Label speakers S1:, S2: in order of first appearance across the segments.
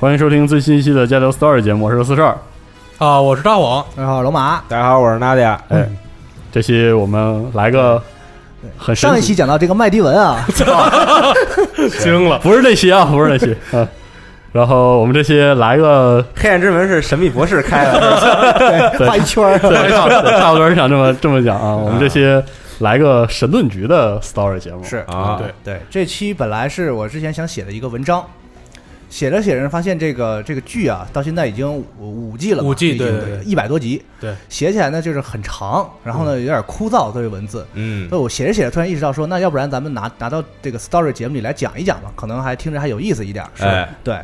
S1: 欢迎收听最新一期的《加流 Story》节目，我是四十二。
S2: 啊，我是大黄，
S3: 大家好，龙啊马。
S4: 大家好，我是娜迪亚。
S1: 哎，这期我们来个很神
S3: 上一
S1: 奇
S3: 期讲到这个麦迪文啊，
S1: 惊了，不是这期啊，不是这 期。嗯，然后我们这期来个，
S4: 黑暗之门是神秘博士开 的，
S3: 画一圈儿，
S1: 对差不多差不多是想这么这么讲啊，我们这期来个神盾局的 Story 节目。
S3: 是
S4: 啊
S3: 对对，这期本来是我之前想写的一个文章，写着写着发现这个这个剧啊，到现在已经五五季了嘛，
S2: 五季
S3: 已经
S2: 对对对
S3: 一百多集，
S2: 对，嗯
S3: 写起来呢就是很长，然后呢有点枯燥作为文字。
S4: 嗯
S3: 所以我写着写着，突然意识到说，那要不然咱们拿拿到这个 story 节目里来讲一讲吧，可能还听着还有意思一点儿。
S4: 是哎
S3: 对。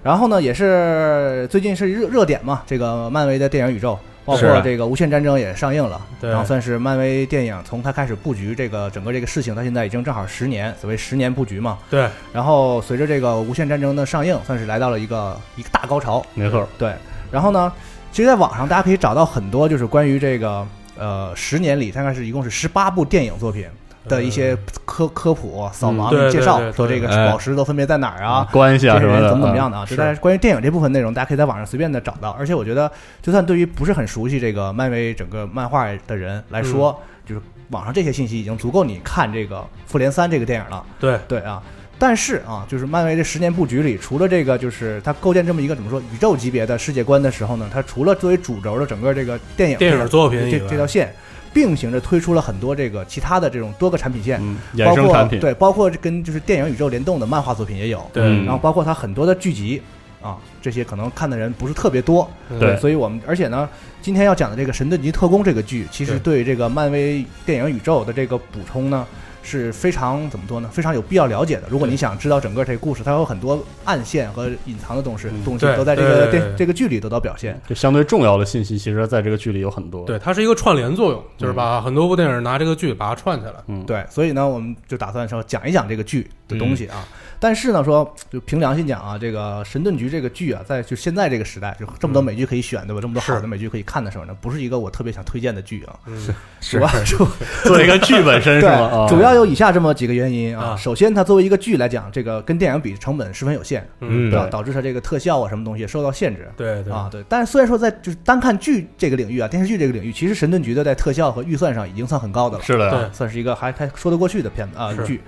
S3: 然后呢，也是最近是热热点嘛，这个漫威的电影宇宙，包
S4: 是
S3: 括这个《无限战争》也上映了，
S2: 对
S3: 然后算是漫威电影从它开始布局这个整个这个事情，到现在已经正好十年，所谓十年布局嘛。
S2: 对，
S3: 然后随着这个《无限战争》的上映，算是来到了一个一个大高潮。
S1: 没错，
S3: 对，然后呢，其实在网上大家可以找到很多就是关于这个呃十年里，大概是一共是十八部电影作品的一些科、科普、扫盲、
S2: 嗯对对
S3: 介绍
S2: 对，对哎
S3: 说这个
S4: 哎
S3: 宝石都分别在哪儿啊。
S1: 关系
S3: 这
S1: 啊
S3: 些
S1: 什么
S3: 人
S1: 的，
S3: 怎么怎么样的啊？
S1: 是
S3: 就但是关于电影这部分内容，大家可以在网上随便的找到。而且我觉得，就算对于不是很熟悉这个漫威整个漫画的人来说，
S1: 嗯
S3: 就是网上这些信息已经足够你看这个《复联三》这个电影了。
S2: 对，
S3: 对啊，但是啊，就是漫威这十年布局里，除了这个，就是它构建这么一个怎么说宇宙级别的世界观的时候呢，它除了作为主轴的整个这个电影
S2: 电影作品
S3: 这
S2: 以
S3: 这
S2: 外
S3: 这条线，并行着推出了很多这个其他的这种多个产品线，
S1: 嗯，
S3: 包
S1: 衍生
S3: 括
S1: 产品，
S3: 对，包括跟就是电影宇宙联动的漫画作品也有，
S2: 对
S1: 嗯
S3: 然后包括它很多的剧集啊，这些可能看的人不是特别多，
S1: 对
S3: 所以我们而且呢，今天要讲的这个《神盾局特工》这个剧，其实对这个漫威电影宇宙的这个补充呢。是非常怎么说呢？非常有必要了解的。如果你想知道整个这个故事，它有很多暗线和隐藏的东西，
S1: 嗯
S3: 东西
S2: 对
S3: 都在这
S2: 对
S3: 个
S2: 对
S3: 电
S2: 对
S3: 这个剧里得到表现。
S1: 就相对重要的信息，其实在这个剧里有很多。
S2: 对，它是一个串联作用，
S4: 嗯
S2: 就是把很多部电影拿这个剧把它串起来。
S1: 嗯，
S3: 对，所以呢，我们就打算说讲一讲这个剧的东西啊。但是呢，说就凭良心讲啊，这个《神盾局》这个剧啊，在就现在这个时代，就这么多美剧可以选，对吧？这么多好
S2: 是
S3: 的美剧可以看的时候呢，不是一个我特别想推荐的剧啊。
S2: 嗯，
S3: 主要主
S1: 做一个剧本身是
S3: 对
S1: 吗？啊
S3: 主要有以下这么几个原因啊。
S2: 啊
S3: 首先，它作为一个剧来讲，这个跟电影比，成本十分有限，
S2: 嗯
S4: 嗯，
S3: 对吧？
S1: 对
S3: 导致它这个特效啊什么东西受到限制。
S2: 对对
S3: 啊，对，但是虽然说在就是单看剧这个领域啊，电视剧这个领域，其实神盾局的在特效和预算上已经算很高的了。
S1: 是的呀，
S2: 对
S3: 啊算是一个还还说得过去的片子啊、
S2: 是
S3: 剧。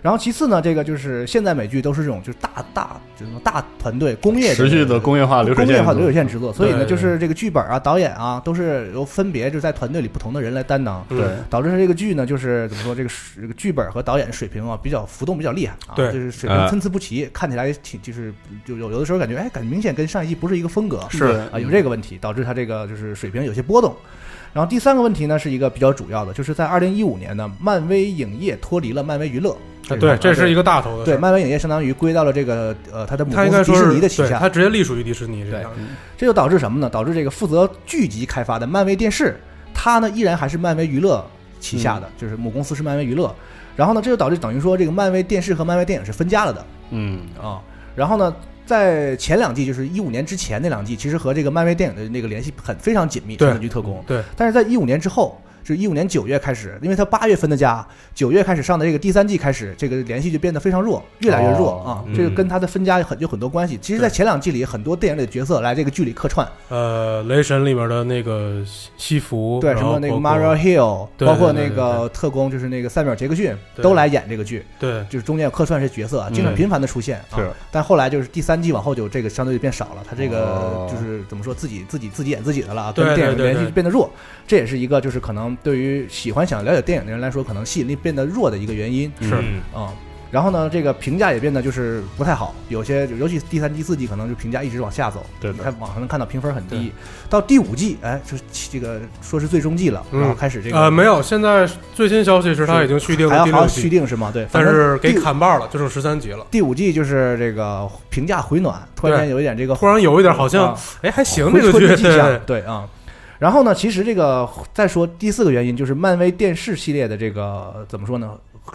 S3: 然后其次呢，这个就是现在美剧都是这种就是大大就是大团队工业
S1: 持续的工业
S2: 啊
S1: 化流水
S3: 工
S1: 线
S3: 业化
S1: 制
S3: 流
S1: 作
S3: 水线制作，所以呢，
S2: 对对
S3: 就是这个剧本啊、导演啊，都是由分别就是在团队里不同的人来担当。
S2: 嗯
S1: 对
S3: 导致这个剧呢，就是怎么说，这个水这个剧本和导演水平啊，比较浮动比较厉害啊，
S2: 对呃
S3: 就是水平参差不齐，看起来挺就是就有有的时候感觉哎，感觉明显跟上一季不是一个风格，
S1: 是
S3: 啊，有这个问题，导致它这个就是水平有些波动。然后第三个问题呢，是一个比较主要的，就是在二零一五年呢，漫威影业脱离了漫威娱乐，
S2: 啊对，这是一
S3: 个
S2: 个大头的事
S3: 对
S2: 儿。
S3: 漫威影业相当于归到了这个呃它的母
S2: 它应
S3: 公
S2: 该
S3: 司迪
S2: 说
S3: 士
S2: 是
S3: 尼的旗
S2: 对，
S3: 下，
S2: 它直接隶属于迪士尼这
S3: 对
S2: 样。
S3: 这就导致什么呢？导致这个负责剧集开发的漫威电视，它呢依然还是漫威娱乐旗下的，
S1: 嗯
S3: 就是母公司是漫威娱乐。然后呢，这就导致等于说这个漫威电视和漫威电影是分家了的
S1: 嗯，
S3: 啊、然后呢，在前两季，就是一五年之前那两季，其实和这个漫威电影的那个联系很非常紧密，《
S2: 对
S3: 神盾局特工》。
S2: 对，
S3: 但是在一五年之后，《是一五年九月开始，因为它八月分的假，九月开始上的这个第三季开始，这个联系就变得非常弱，越来越弱、
S1: 哦
S3: 啊。这个跟它的分家有很有很多关系。其实，在前两季里，很多电影里的角色来这个剧里客串，
S2: 呃，雷神里面的那个西西服，
S3: 对，
S2: 然
S3: 什
S2: 后
S3: 么那个
S2: 包括
S3: Mario Hill，
S2: 对
S3: 包括
S2: 对
S3: 那
S2: 对
S3: 个特工，就是那个塞缪尔杰克逊，
S2: 对
S3: 都来演这个剧，
S2: 对，
S3: 就是中间有客串这角色啊，经
S1: 嗯
S3: 常频繁的出现啊。
S1: 是
S3: 但后来就是第三季往后就这个相对就变少了，他这个
S1: 哦
S3: 就是怎么说自己自己自己演自己的了啊，
S2: 对
S3: 跟电影
S2: 对对
S3: 联系
S2: 对
S3: 变得弱，这也是一个就是可能对于喜欢想了解电影的人来说，可能吸引力变得弱的一个原因
S1: 是
S2: 嗯
S3: 啊。然后呢，这个评价也变得就是不太好，有些尤其第三、第四季可能就评价一直往下走，
S1: 对的
S3: 你看网上能看到评分很低，到第五季，哎，就是这个说是最终季了，
S2: 嗯
S3: 然后开始这个
S2: 呃，没有，现在最新消息是他已经续订
S3: 还要
S2: 了
S3: 还
S2: 第六
S3: 要续
S2: 季，
S3: 订是吗？对，
S2: 但
S3: 反正
S2: 是给
S3: 第五
S2: 砍半了，就剩十三集了。
S3: 第五季就是这个评价回暖，突然间有一点这个
S2: 突然有一点好像
S3: 啊，
S2: 哎，还行，
S3: 回
S2: 这个
S3: 春
S2: 剧
S3: 的迹象
S2: 对，
S3: 对啊。然后呢，其实这个再说第四个原因就是漫威电视系列的这个怎么说呢？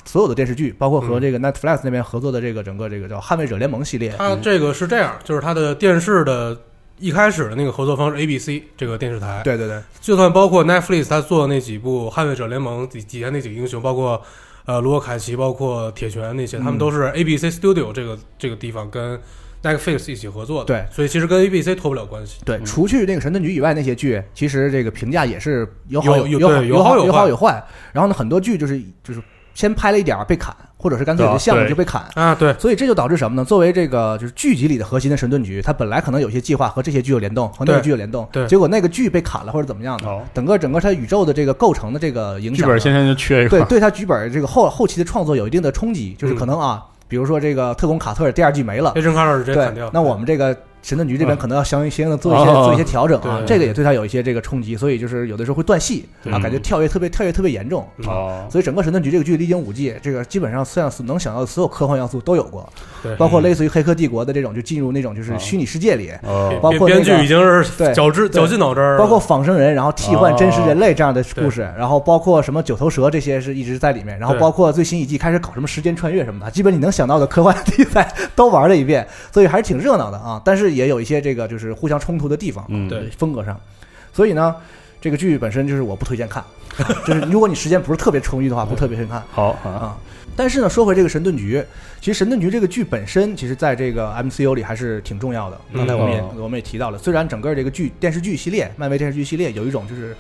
S3: 所有的电视剧，包括
S2: 嗯
S3: 和这个 Netflix 那边合作的这个整个这个叫《捍卫者联盟》系列，
S2: 它这个是这样，就是它的电视的一开始的那个合作方是 ABC 这个电视台，
S3: 对对对，
S2: 就算包括 Netflix 他做的那几部《捍卫者联盟》几几前那几个英雄，包括呃卢克凯奇，包括铁拳那些，他们
S3: 嗯
S2: 都是 ABC Studio 这个这个地方跟 Netflix 一起合作的，
S3: 对
S2: 所以其实跟 ABC 脱不了关系。
S3: 对，除去那个神盾局以外那些剧，其实这个评价也是有好
S2: 有有
S3: 有好
S2: 对
S3: 好
S2: 有好有
S3: 有
S2: 坏
S3: 有坏。然后呢，很多剧就是就是先拍了一点儿被砍，或者是干脆有
S1: 对
S3: 的项目
S1: 对
S3: 就被砍。
S2: 啊，对，
S3: 所以这就导致什么呢？作为这个就是剧集里的核心的神盾局，它本来可能有些计划和这些剧有联动，和那个
S2: 对
S3: 剧有联动，
S2: 对
S3: 结果那个剧被砍了或者怎么样的，
S1: 哦
S3: 整个整个它宇宙的这个构成的这个影响呢，
S1: 剧本现在就缺一块
S3: 对
S1: 儿，
S3: 对它剧本这个后后期的创作有一定的冲击，就是可能啊，比如说这个特工卡特第二季没了
S2: 被，任卡尔直接
S3: 对
S2: 砍掉，。嗯
S3: 那我们这个神盾局这边可能要相应相应的做一些、
S1: 哦
S3: 做一些调整啊，
S2: 对
S3: 这个也对它有一些这个冲击，所以就是有的时候会断戏啊，
S1: 嗯
S3: 感觉跳跃特别跳跃特别严重。
S2: 嗯
S1: 哦，
S3: 所以整个神盾局这个剧历经五季，这个基本上算是能想到的所有科幻要素都有过，
S2: 对
S3: 包括类似于《黑客帝国》的这种，就进入那种就是虚拟世界里，
S1: 哦
S3: 包括那
S2: 编
S3: 个
S2: 编剧已经是
S3: 对
S2: 绞汁
S3: 对
S2: 绞尽脑汁儿了，
S3: 包括仿生人，然后替换真实人类这样的
S2: 对
S3: 故事，然后包括什么九头蛇这些是一直在里面，然后
S2: 对
S3: 包括最新一季开始搞什么时间穿越什么的，基本你能想到的科幻题材都玩了一遍，所以还是挺热闹的啊。但是也有一些这个就是互相冲突的地方，
S1: 嗯，
S2: 对
S3: 风格上，所以呢。这个剧本身就是我不推荐看， 就是如果你时间不是特别充裕的话，不特别推荐看。
S1: 好啊，
S3: 啊。但是呢，说回这个神盾局，其实神盾局这个剧本身，其实在这个 MCU 里还是挺重要的。
S2: 嗯
S3: 刚才我们也、
S1: 哦
S3: 我们也提到了，虽然整个这个剧电视剧系列，漫威电视剧系列有一种就是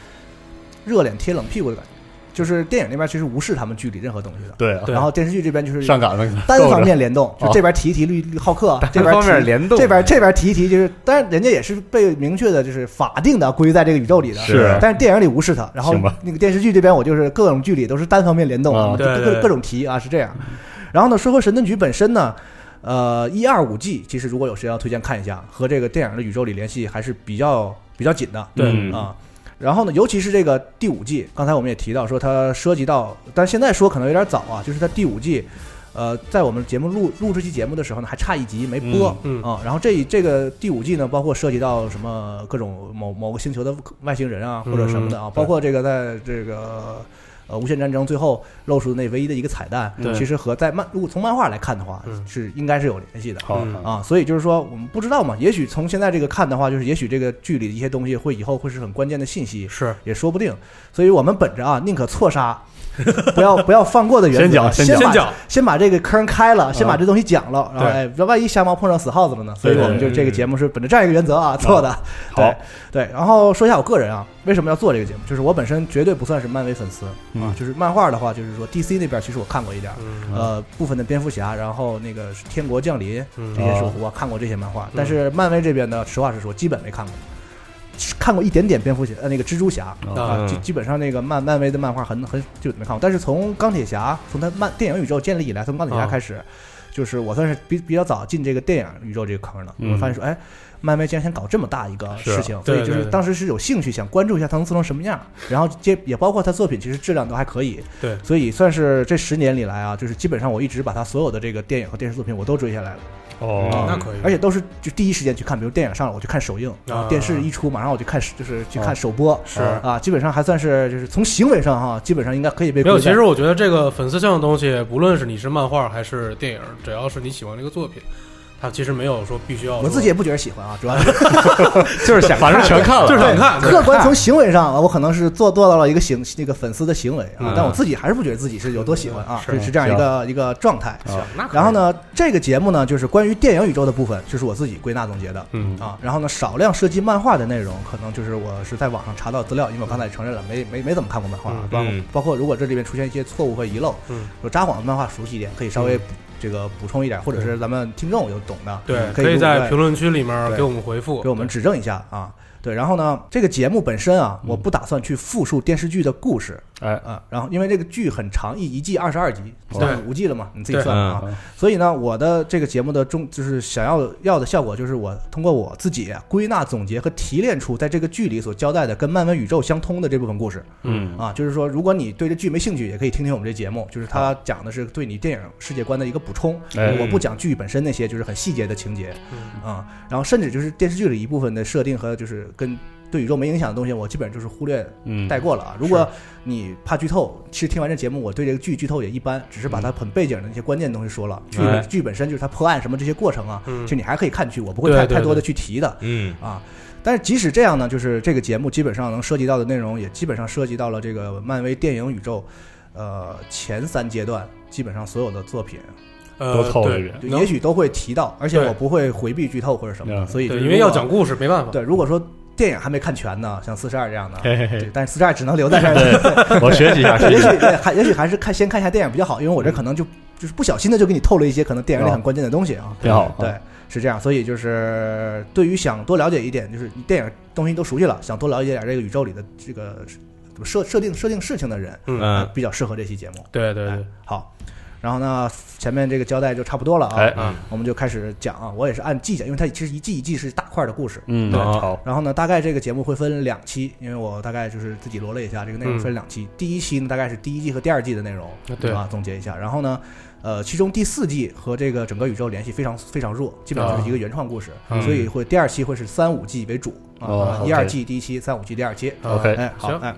S3: 热脸贴冷屁股的感觉，就是电影那边其实无视他们剧里任何东西的，
S1: 对啊，
S3: 然后电视剧这边就是
S1: 上赶子
S3: 单方面联动，
S1: 着
S3: 就这边提一提绿绿浩克，这
S4: 这
S3: 边
S4: 方
S3: 提
S4: 面联动，
S3: 这边这边提一提，就是，但是人家也是被明确的，就是法定的归在这个宇宙里的。
S1: 是
S3: 但是电影里无视它，然后
S1: 行吧
S3: 那个电视剧这边我就是各种剧里都是单方面联动，
S1: 啊
S3: 我们就
S2: 对
S3: 各
S2: 对
S3: 各种提啊，是这样。然后呢，说回神盾局本身呢，呃，一二五季其实如果有时间要推荐看一下，和这个电影的宇宙里联系还是比较比较紧的。
S2: 对
S1: 嗯
S3: 啊。然后呢，尤其是这个第五季，刚才我们也提到说它涉及到，但现在说可能有点早啊，就是它第五季，呃，在我们节目录录这期节目的时候呢，还差一集没播啊、
S2: 嗯嗯
S3: 然后这一这个第五季呢，包括涉及到什么各种某某个星球的外星人啊，或者什么的啊，
S2: 嗯
S3: 包括这个在这个。呃，无限战争最后露出的那唯一的一个彩蛋，
S1: 对
S3: 其实和在漫如果从漫画来看的话，
S2: 嗯
S3: 是应该是有联系的。
S1: 好
S2: 嗯
S3: 啊，所以就是说，我们不知道嘛，也许从现在这个看的话，就是也许这个剧里的一些东西会以后会是很关键的信息，
S2: 是
S3: 也说不定。所以我们本着啊，宁可错杀， 不要不要放过的原
S1: 先
S3: 则，啊
S1: 讲
S3: 先
S1: 先
S3: 把
S2: 先讲
S3: 先把这个坑开了，先把
S1: 啊
S3: 这东西讲了，然
S2: 对
S3: 后哎，万一瞎猫碰上死耗子了呢？所以
S1: 对嗯
S3: 我们就
S2: 对
S3: 这
S2: 嗯
S3: 个节目是本着这样一个原则啊做的。 对
S1: 好，
S3: 对，然后说一下我个人啊，为什么要做这个节目？就是我本身绝对不算是漫威粉丝啊
S1: 嗯，
S3: 就是漫画的话，就是说 DC 那边其实我看过一点儿，
S2: 嗯
S3: 呃，部分的蝙蝠侠，然后那个是天国降临
S2: 嗯
S3: 这些是
S1: 哦
S3: 我看过这些漫画，但是漫威这边呢，实话实说，基本没看过，只看过一点点蝙蝠侠，呃，那个蜘蛛侠。
S1: 啊
S3: 啊，
S4: 嗯
S3: 基基本上那个漫漫威的漫画很很就没看过，但是从钢铁侠从他漫电影宇宙建立以来，从钢铁侠
S2: 啊
S3: 开始，就是我算是比比较早进这个电影宇宙这个坑的。
S1: 嗯
S3: 我发现说，哎，漫威竟然想搞这么大一个
S1: 是
S3: 事情，所
S2: 对
S3: 以就是
S2: 对对
S3: 当时是有兴趣想关注一下他能做成什么样，然后接也包括他作品其实质量都还可以，
S2: 对
S3: 所以算是这十年里来啊，就是基本上我一直把他所有的这个电影和电视作品我都追下来了，
S1: 哦，
S2: 嗯那可以，啊
S3: 而且都是就第一时间去看，比如电影上了我就看首映，然后电视一出马上我就看就是去看首播，
S2: 哦是
S3: 啊，基本上还算是就是从行为上哈，基本上应该可以被
S2: 没有，
S3: 归
S2: 其
S3: 在
S2: 实我觉得这个粉丝向的东西，不论是你是漫画还是电影，只要是你喜欢这个作品，他其实没有说必须要说。
S3: 我自己也不觉得喜欢啊，主要 是
S4: 就是想
S1: 反正全看了，
S2: 就是想看，
S3: 客观从行为上，我可能是做做到了一个行那个粉丝的行为啊
S2: 嗯，
S3: 但我自己还是不觉得自己是有多喜欢啊，
S2: 嗯
S3: 是是这样一个一个状态。
S1: 啊
S2: 那可以
S3: 然后？呢，这个节目呢，就是关于电影宇宙的部分，就是我自己归纳总结的
S2: 嗯
S3: 啊。然后呢，少量涉及漫画的内容，可能就是我是在网上查到资料，因为我刚才也承认了，没没没怎么看过漫画啊
S2: 嗯，
S3: 包
S4: 嗯
S3: 包括如果这里面出现一些错误和遗漏，
S2: 嗯，
S3: 有札幌的漫画熟悉一点，可以稍微这个补充一点，或者是咱们听众有懂的，
S2: 对，
S3: 嗯可
S2: 可以在
S3: 对
S2: 评论区里面
S3: 对
S2: 给我们回复，
S3: 给我们指正一下啊。对，然后呢，这个节目本身啊，
S2: 嗯
S3: 我不打算去复述电视剧的故事
S1: 哎，
S3: 啊，然后因为这个剧很长，一一季二十二集，
S1: 哦
S3: 对，五季了嘛，你自己
S2: 对
S3: 算啊
S1: 嗯。
S3: 所以呢，我的这个节目的中就是想要要的效果，就是我通过我自己归纳总结和提炼出在这个剧里所交代的跟漫威宇宙相通的这部分故事
S1: 嗯
S3: 啊，就是说，如果你对这剧没兴趣，也可以听听我们这节目，就是它讲的是对你电影世界观的一个补充。
S1: 哎
S3: 我不讲剧本身那些就是很细节的情节，
S2: 嗯
S3: 啊、然后甚至就是电视剧里一部分的设定和就是跟对宇宙没影响的东西，我基本上就是忽略
S1: 嗯
S3: 带过了啊。如果你怕剧透，其实听完这节目，我对这个剧剧透也一般，只是把
S1: 嗯
S3: 它很背景的那些关键的东西说了。剧
S4: 哎
S3: 剧本身就是它破案什么这些过程啊，
S2: 嗯
S3: 其实你还可以看剧，我不会
S2: 对
S3: 太
S2: 对
S3: 太多的
S2: 对
S3: 去提的
S4: 嗯
S3: 啊。但是即使这样呢，就是这个节目基本上能涉及到的内容，也基本上涉及到了这个漫威电影宇宙，呃，前三阶段基本上所有的作品，
S2: 呃，
S1: 都透了一
S2: 对，
S1: 遍，
S3: 就
S2: 能
S3: 也许都会提到，而且
S2: 对
S3: 我不会回避剧透或者什么的，
S1: 嗯
S3: 所以
S2: 对，
S3: 如
S2: 因为要
S3: 果
S2: 讲故事，没办法。
S3: 对，如果说电影还没看全呢，像四十二这样的，
S1: 嘿嘿
S3: 对
S1: 嘿，，
S3: 但是四十二只能留在这儿了。
S1: 对，我学习一下，
S3: 对
S1: 学
S3: 也
S1: 习一下
S3: 许对还也许还是看先看一下电影比较好，因为
S1: 嗯
S3: 我这可能就就是不小心的就给你透了一些可能电影里很关键的东西啊。
S1: 哦挺好，哦
S3: 对，是这样，所以就是对于想多了解一点，就是你电影东西都熟悉了，想多了解点这个宇宙里的这个怎么设设定设定事情的人，
S2: 嗯，
S3: 呃
S4: 嗯
S3: 比较适合这期节目。
S2: 对对
S3: 哎
S2: 对，
S3: 好，然后呢，前面这个交代就差不多了啊，
S1: 哎，
S2: 啊，
S3: 我们就开始讲啊，我也是按季讲，因为它其实一季一季是大块的故事，
S1: 嗯，
S4: 对
S1: 好，
S3: 然后呢，大概这个节目会分两期，因为我大概就是自己罗列一下这个内容分两期。第一期呢，大概是第一季和第二季的内容，
S2: 啊对
S3: 吧？总结一下。然后呢，呃，其中第四季和这个整个宇宙联系非常非常弱，基本上就是一个原创故事，
S2: 嗯
S3: 所以会第二期会是三五季为主
S1: 哦
S3: 啊，
S1: ，OK
S3: 一二季第一期，三五季第二期。
S2: 啊
S1: OK
S3: 哎，好
S2: 行，
S3: 哎。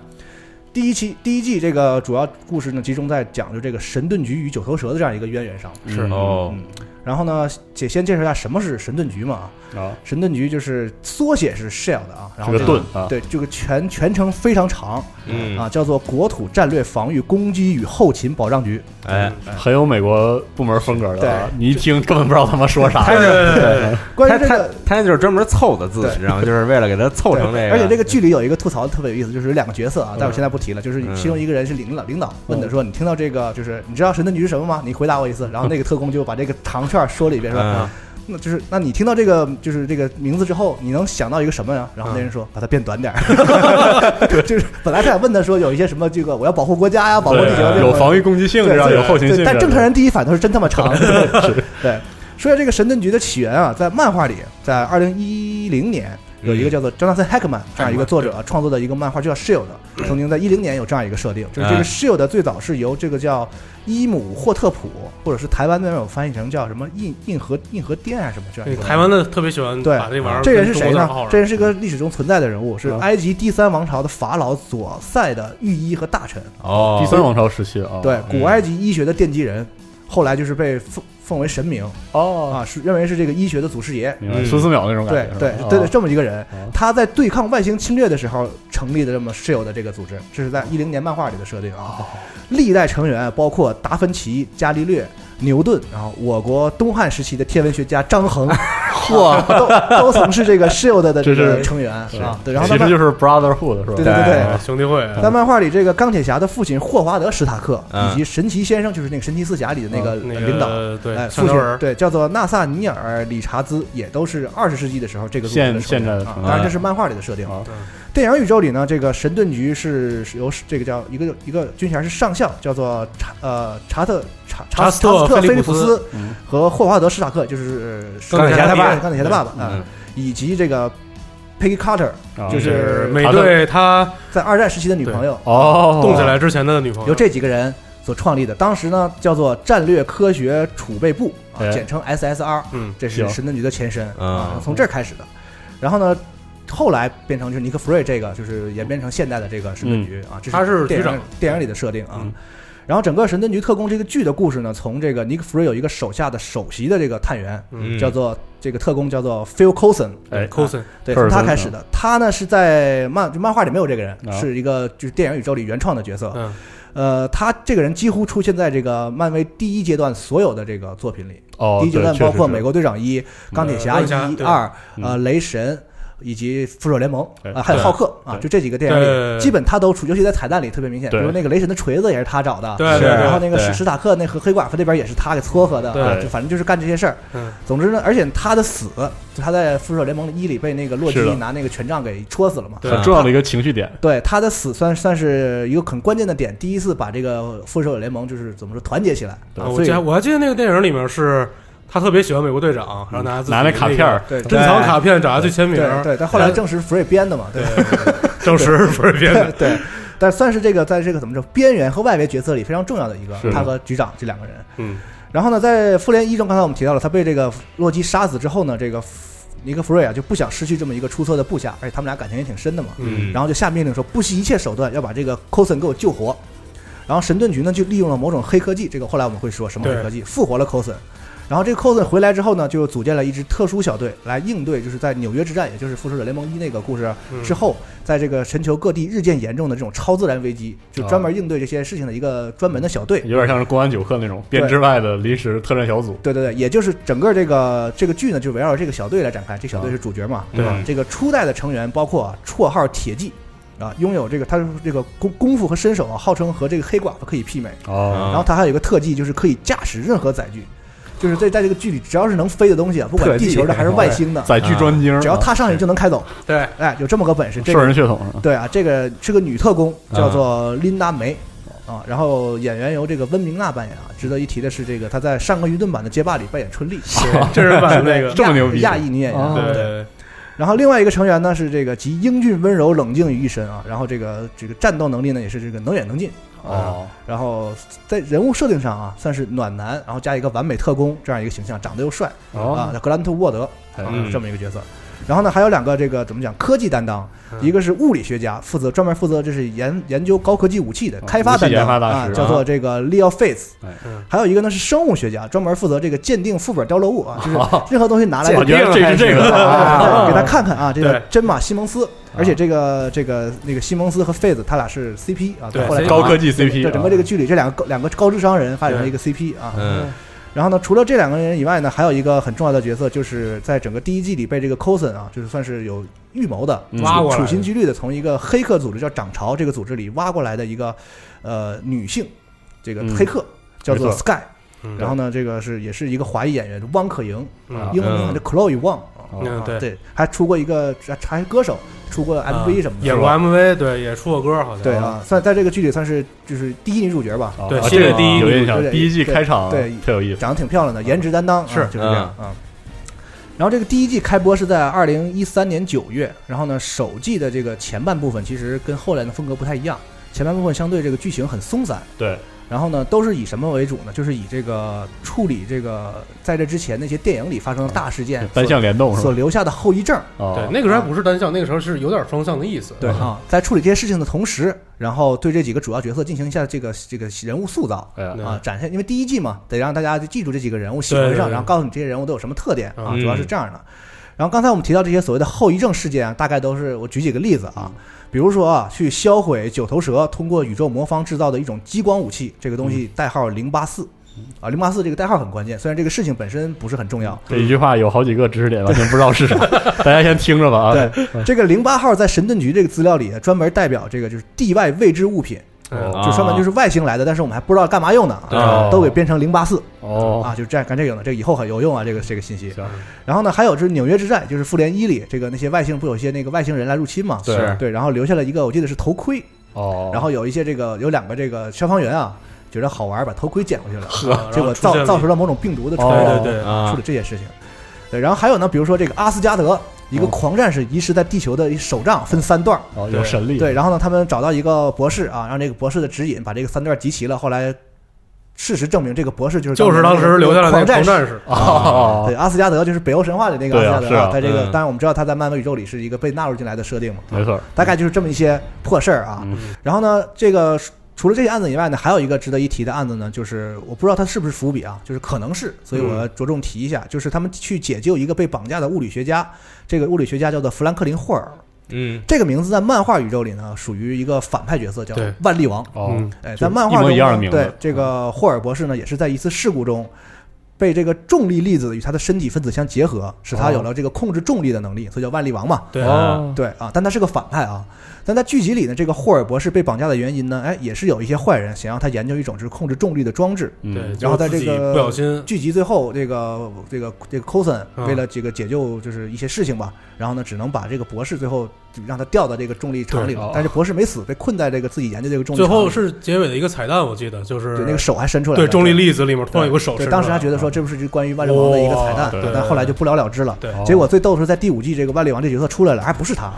S3: 第一期第一季这个主要故事呢，集中在讲究这个神盾局与九头蛇的这样一个渊源上。
S1: 是
S4: 哦
S3: 嗯，然后呢，姐先介绍一下什么是神盾局嘛啊。
S1: 啊，
S3: 神盾局就是缩写是 Shell 的啊，然
S1: 是
S3: 后
S1: 个
S3: 这
S1: 盾啊，
S3: 对这个全全程非常长
S4: 嗯
S3: 啊，叫做国土战略防御攻击与后勤保障局。
S4: 哎，
S1: 很有美国部门风格的啊，
S3: 对
S1: 你一听根本不知道他妈说啥，
S4: 他是
S3: 关
S4: 他
S3: 于这
S4: 他
S3: 个，
S4: 他就是专门凑的字
S3: 对，
S4: 你知道吗？就是为了给他凑 成这
S3: 对
S4: 个，
S3: 而且这个剧里有一个吐槽特别有意思，就是有两个角色啊，但我
S2: 嗯
S3: 现在不提了。就是
S4: 嗯
S3: 其中一个人是领导，领导问的说：“你听到这个就是你知道神盾局是什么吗？你回答我一次。”然后那个特工就把这个长串说了一遍，说：“
S4: 嗯
S3: 那就是那你听到这个就是这个名字之后，你能想到一个什么呀？然后那人说把它变短点儿， 就是本来他想问他说有一些什么这个我要保护国家呀，保护地球，
S1: 对有防御攻击性
S3: 对
S1: 质啊，
S3: 对
S1: 有后勤性
S3: 对
S1: 质啊，
S3: 但正常人第一反应是真他妈长，对。说下这个神盾局的起源啊，在漫画里，在二零一零年有一个叫做 Jonathan Hackman 这样一个作者啊创作的一个漫画，就叫 Shield，曾经在一零年有这样一个设定，就是这个
S4: 哎
S3: Shield 最早是由这个叫伊姆霍特普，或者是台湾那边有翻译成叫什么印印和印和店啊什么这样一
S2: 那
S3: 个
S2: 个台湾的特别喜欢
S3: 对
S2: 把这玩意儿
S3: 这
S2: 跟
S3: 人是
S2: 中
S3: 谁
S2: 国字
S3: 呢
S2: 儿号？
S3: 这人是个历史中存在的人物，是
S1: 啊
S3: 埃及第三王朝的法老左塞的御医和大臣，
S4: 哦，
S1: 第三王朝时期啊，
S3: 对，古埃及医学的奠基人，后来就是被奉奉为神明
S1: 哦，
S3: 啊，是认为是这个医学的祖师爷。
S1: 明白，
S4: 嗯
S1: 孙思邈那种
S3: 对
S1: 感觉，
S3: 对
S1: 是吧
S3: 对对，
S1: 哦
S3: 这么一个人
S1: 哦，
S3: 他在对抗外星侵略的时候成立的这么室友的这个组织，这是在一零年漫画里的设定
S1: 哦
S3: 啊。 历代成员包括达芬奇、伽利略、牛顿，然后我国东汉时期的天文学家张 衡，哇， 都都曾是这个 Shield 的这
S1: 这是
S3: 个成员
S1: 是
S3: 啊。对，然后
S1: 其
S3: 在
S1: 实
S3: 漫
S1: 就是 brotherhood 是吧？
S3: 对对对呃
S2: 啊
S1: 哦
S3: 对，
S2: 兄弟会啊，
S3: 在漫画里，这个钢铁侠的父亲霍华德·史塔克
S4: 嗯
S3: 以及神奇先生，就是那个神奇四侠里的那个
S1: 嗯
S2: 那
S3: 呃
S2: 个
S3: 领导，哎，
S2: 对，香
S3: 父亲
S2: 蕉人，
S3: 对叫做纳萨尼尔·理查兹，也都是二十世纪的时候这个组织的
S1: 现现
S3: 成员
S1: 在的
S3: 啊
S1: 成，员
S3: 当然这是漫画里的设定。
S1: 啊
S3: 电影宇宙里呢，这个神盾局是是由这个叫一个一个军衔是上校，叫做查呃查特查查
S2: 查
S3: 斯
S2: 斯
S3: 查
S2: 特
S3: 斯特
S2: 菲利
S3: 利
S2: 普
S3: 斯
S1: 嗯
S3: 和霍华德·史塔克，就是呃
S4: 钢铁侠他爸
S3: 钢铁侠他爸爸啊
S4: 嗯，
S3: 以及这个 Peggy Carter
S1: 啊
S3: 就是
S2: 是美
S1: 查特
S2: 队他
S3: 在二战时期的女朋友。
S1: 哦，
S2: 动起来之前的女朋友，
S3: 由哦这几个人所创立的，当时呢叫做战略科学储备部，啊
S1: 哎，
S3: 简称 SSR，
S2: 嗯
S3: 这是
S1: 行
S3: 神盾局的前身啊
S4: 啊，
S3: 从这儿开始的。然后呢，后来变成就是尼克弗瑞这个，就是演变成现代的这个神盾局啊，这
S2: 他是
S3: 电
S2: 局
S3: 影
S2: 长
S3: 电影里的设定啊
S1: 嗯。
S3: 然后整个《神盾局特工》这个剧的故事呢，从这个尼克弗瑞有一个手下的首席的这个探员，
S2: 嗯
S3: 叫做这个特工叫做 Phil Coulson，
S1: 哎，
S2: ，Coulson，
S3: 对，
S1: 科尔
S3: 从他
S1: 森
S3: 开始的。他呢是在漫就漫画里没有这个人，
S1: 啊
S3: 是一个就是电影宇宙里原创的角色。
S2: 嗯，
S3: 呃，他这个人几乎出现在这个漫威第一阶段所有的这个作品里，
S1: 哦，
S3: 第一阶
S1: 对
S3: 段
S1: 确
S3: 包
S1: 实
S3: 括
S1: 是
S3: 美国队长一、钢铁侠
S2: 钢铁侠
S3: 一、
S2: 对
S3: 二、呃
S1: 嗯
S3: 雷神。以及复仇联盟
S1: 对
S3: 啊，还有
S2: 对
S3: 浩克啊，
S1: 对
S3: 就这几个电影
S2: 对对对
S3: 里，基本他都出，尤其在彩蛋里特别明显。比
S1: 对
S3: 如那个雷神的锤子也是他找的，
S2: 对
S4: 对
S3: 然后那个
S4: 对
S3: 史史塔克那和黑寡妇那边也是他给撮合的，
S2: 对
S3: 啊，就反正就是干这些事儿。
S2: 嗯，
S3: 总之呢，而且他的死，就他在复仇者联盟一里被那个洛基
S1: 是的
S3: 拿那个权杖给戳死了嘛。
S2: 对
S1: 很重要的一个情绪点，
S3: 对他的死算算是一个很关键的点，第一次把这个复仇者联盟就是怎么说团结起来
S1: 对
S3: 啊，
S2: 我
S3: 所以
S2: 记得我还记得那个电影里面是他特别喜欢美国队长， 然后拿自
S1: 嗯
S2: 己
S1: 拿那卡片儿，
S3: 对
S2: 那个珍藏卡片找他去签名，
S3: 对对，但后来证实福瑞编的嘛，对
S2: 证实是不是编的，
S3: 对，但算是这个在这个怎么说边缘和外围角色里非常重要的一个
S1: 是，的
S3: 他和局长这两个人。
S2: 嗯，
S3: 然后呢，在复联一中，刚才我们提到了，他被这个洛基杀死之后呢，这个尼克弗瑞啊就不想失去这么一个出色的部下，而且他们俩感情也挺深的嘛，
S2: 嗯
S3: 然后就下命令说不惜一切手段要把这个 Coulson 给我救活。然后神盾局呢就利用了某种黑科技，这个后来我们会说什么黑科技，复活了 Coulson。然后这个 Coulson 回来之后呢，就组建了一支特殊小队来应对，就是在纽约之战，也就是复仇者联盟一那个故事
S2: 嗯
S3: 之后，在这个全球各地日渐严重的这种超自然危机，就专门应对这些事情的一个专门的小队。
S1: 有点像是公安九课那种编制外的临时特战小组，
S3: 对对对，也就是整个这个这个剧呢，就围绕着这个小队来展开。这小队是主角嘛，
S1: 对
S3: 吧？这个初代的成员包括啊绰号铁骑，啊，拥有这个他这个功功夫和身手啊，号称和这个黑寡妇可以媲美。
S1: 哦，
S3: 然后他还有一个特技，就是可以驾驶任何载具，就是在在这个剧里，只要是能飞的东西啊，不管
S4: 特技
S3: 地球的还是外星的，
S1: 载具专精，
S3: 只要踏上去
S1: 啊
S3: 就能开走。
S2: 对，
S3: 哎，有这么个本事，这
S1: 兽
S3: 个
S1: 人血统是吧？
S3: 对啊，这个是个女特工，
S1: 啊
S3: 叫做琳达梅。啊，然后演员由这个温明娜扮演啊。值得一提的是，这个她在上个愚钝版的街霸里扮演春丽，
S2: 真人版那
S3: 亚
S2: 个，
S1: 这么牛逼
S3: 亚裔女演员啊。
S1: 哦
S2: 对
S3: 对。
S2: 对
S3: 然后另外一个成员呢是这个集英俊、温柔、冷静于一身啊，然后这个这个战斗能力呢也是这个能远能近啊。
S1: 哦，
S3: 然后在人物设定上啊，算是暖男，然后加一个完美特工这样一个形象，长得又帅啊
S1: 哦，，
S3: 格兰特·沃德
S1: 哎
S3: 啊这么一个角色。然后呢，还有两个这个怎么讲科技担当，一个是物理学家，负责专门负责就是研研究高科技武器的开发担
S1: 哦武器研
S3: 当
S1: 发大
S3: 啊
S1: 师，
S3: 叫做这个 Leo Fates
S1: 哎。
S3: 还有一个呢是生物学家，专门负责这个鉴定副本碉落物啊，就是
S1: 哦
S3: 任何东西拿来
S1: 我觉得这是这
S3: 对
S1: 个，
S3: 对给他看看啊，这个
S2: 对
S3: 真马西蒙斯，而
S1: 啊
S3: 且这个这个那个西蒙斯和费子他俩是 CP 啊，
S2: 对
S3: 后来
S1: 高 科技 CP，
S3: 这整个这个
S2: 啊
S3: 剧里这两个高两个高智商人发展成一个 CP 啊。
S4: 嗯
S3: 然后呢，除了这两个人以外呢，还有一个很重要的角色，就是在整个第一季里被这个 Coulson 啊，就是算是有预谋的
S1: 嗯
S2: 挖过来
S3: 处
S2: 的
S3: 心积虑的从一个黑客组织叫涨潮这个组织里挖过来的一个呃女性这个
S1: 嗯
S3: 黑客叫做
S1: 没错
S3: Sky，
S2: 嗯
S3: 然后啊呢，这个是也是一个华裔演员汪可盈，
S2: 嗯
S3: 英文名叫 Chloe Wang 啊。
S2: 嗯对。啊
S3: 对，还出过一个还还是歌手，出过 MV 什么的，
S2: 演过 MV，对，也出过歌，好像
S3: 对，啊，算在这个剧里算是就是第一女主角吧，
S1: 哦
S2: 对
S1: 啊
S2: 系列
S1: 这个
S2: 第一
S1: 有
S3: 女
S1: 印
S3: 对
S1: 象，第一季
S3: 对
S1: 开场
S3: 对
S1: 特有意思，
S3: 长得挺漂
S1: 嗯
S3: 亮的，颜值担当
S2: 是
S3: 啊就是这样啊。然后这个第一季开播是在二零一三年九月，然后呢，首季的这个前半部分其实跟后来的风格不太一样，前半部分相对这个剧情很松散，
S1: 对，
S3: 然后呢，都是以什么为主呢？就是以这个处理这个在这之前那些电影里发生的大事件
S1: 单向联动
S3: 所
S1: 是
S3: 所
S1: 吧？
S3: 留下的后遗症，
S2: 对
S1: 哦，，
S2: 那个时候还不是单向，那个时候是有点双向的意思，
S1: 嗯
S3: 对啊，在处理这些事情的同时，然后对这几个主要角色进行一下这个这个人物塑造
S1: 哎呀，
S3: 啊
S2: 嗯，
S3: 展现，因为第一季嘛，得让大家记住这几个人物，喜欢
S2: 对
S3: 上，
S2: 对
S3: 然后告诉你这些人物都有什么特点啊，
S2: 嗯
S3: 主要是这样的。然后刚才我们提到这些所谓的后遗症事件啊，大概都是我举几个例子啊，比如说啊，去销毁九头蛇通过宇宙魔方制造的一种激光武器，这个
S2: 嗯
S3: 东西代号零八四。啊，零八四这个代号很关键，虽然这个事情本身不是很重要，
S1: 这一句话有好几个知识点，完全不知道是 啥，大家先听着吧啊。
S3: 对，这个零八号在神盾局这个资料里啊专门代表这个就是地外未知物品，
S2: 嗯
S1: 哦
S3: 就专门就是外星来的，但是我们还不知道干嘛用的
S1: 对
S3: 啊，都给编成零八四
S1: 哦，
S3: 啊，就这样干这个用的，这个以后很有用啊，这个这个信息
S1: 行。
S3: 然后呢，还有就是纽约之战，就是复联一里这个那些外星不有一些那个外星人来入侵嘛，
S1: 对
S4: 是
S3: 对，然后留下了一个我记得是头盔，
S1: 哦，
S3: 然后有一些这个有两个这个消防员啊觉得好玩，把头盔捡回去了，
S2: 呵
S3: 结果造造成了某种病毒的传
S1: 哦
S3: 染
S2: 对，对对，
S4: 啊
S3: 处理这些事情。对，然后还有呢，比如说这个阿斯加德，一个
S1: 哦
S3: 狂战士遗失在地球的一手杖，分三
S2: 哎
S3: 段儿。
S1: 哦有神力，
S3: 对，然后呢，他们找到一个博士啊，让这个博士的指引把这个三段集齐了。后来事实证明，这个博士就是
S2: 就是当时留下来那
S3: 狂
S2: 个
S3: 战
S2: 狂
S3: 士。
S2: 战士，
S1: 哦
S3: 对，，阿斯加德就是北欧神话里那个阿
S1: 对
S3: 斯
S1: 啊是啊
S3: 加德他这个
S4: 嗯
S3: 当然我们知道他在漫威宇宙里是一个被纳入进来的设定嘛，
S1: 没错，
S3: 大概就是这么一些破事儿啊。
S1: 嗯
S3: 然后呢，这个除了这些案子以外呢，还有一个值得一提的案子呢，就是我不知道它是不是伏笔啊，就是可能是，所以我
S1: 嗯
S3: 要着重提一下，就是他们去解救一个被绑架的物理学家，这个物理学家叫做富兰克林霍尔，
S2: 嗯，
S3: 这个名字在漫画宇宙里呢，属于一个反派角色，叫
S2: 对
S3: 万力王。
S1: 哦，
S2: 嗯
S3: 哎，
S1: 就
S3: 在漫画中
S1: 一模一样的
S3: 呢，
S1: 名字嗯
S3: 对这个霍尔博士呢，也是在一次事故中被这个重力粒子与他的身体分子相结合，使他有了这个控制重力的能力，所以叫万力王嘛。
S2: 对，
S1: 哦，
S3: 对啊，但他是个反派啊。但在剧集里呢，这个霍尔博士被绑架的原因呢，哎，也是有一些坏人想让他研究一种就是控制重力的装置。
S1: 嗯
S2: 对，
S3: 然后在这个
S2: 就是自己不小心，
S3: 剧集最后，这个这个这个 Coulson
S2: 嗯
S3: 为了这个解救就是一些事情吧，然后呢，只能把这个博士最后就让他掉到这个重力场里
S1: 对
S3: 了
S1: 哦。
S3: 但是博士没死，被困在这个自己研究这个重力
S2: 最
S3: 场里。
S2: 后是结尾的一个彩蛋，我记得就是
S3: 对那个手还伸出来了。
S2: 对重力粒子里面突然有个手
S3: 对，
S2: 伸出来了，
S3: 当时还觉得说这不是就关于万人王的一个
S1: 哇
S3: 彩蛋
S1: 对，
S3: 但后来就不了了之了。
S2: 哦对哦
S1: 哦
S3: 结果最逗的是，在第五季这个万里王这角色出来了，还不是他，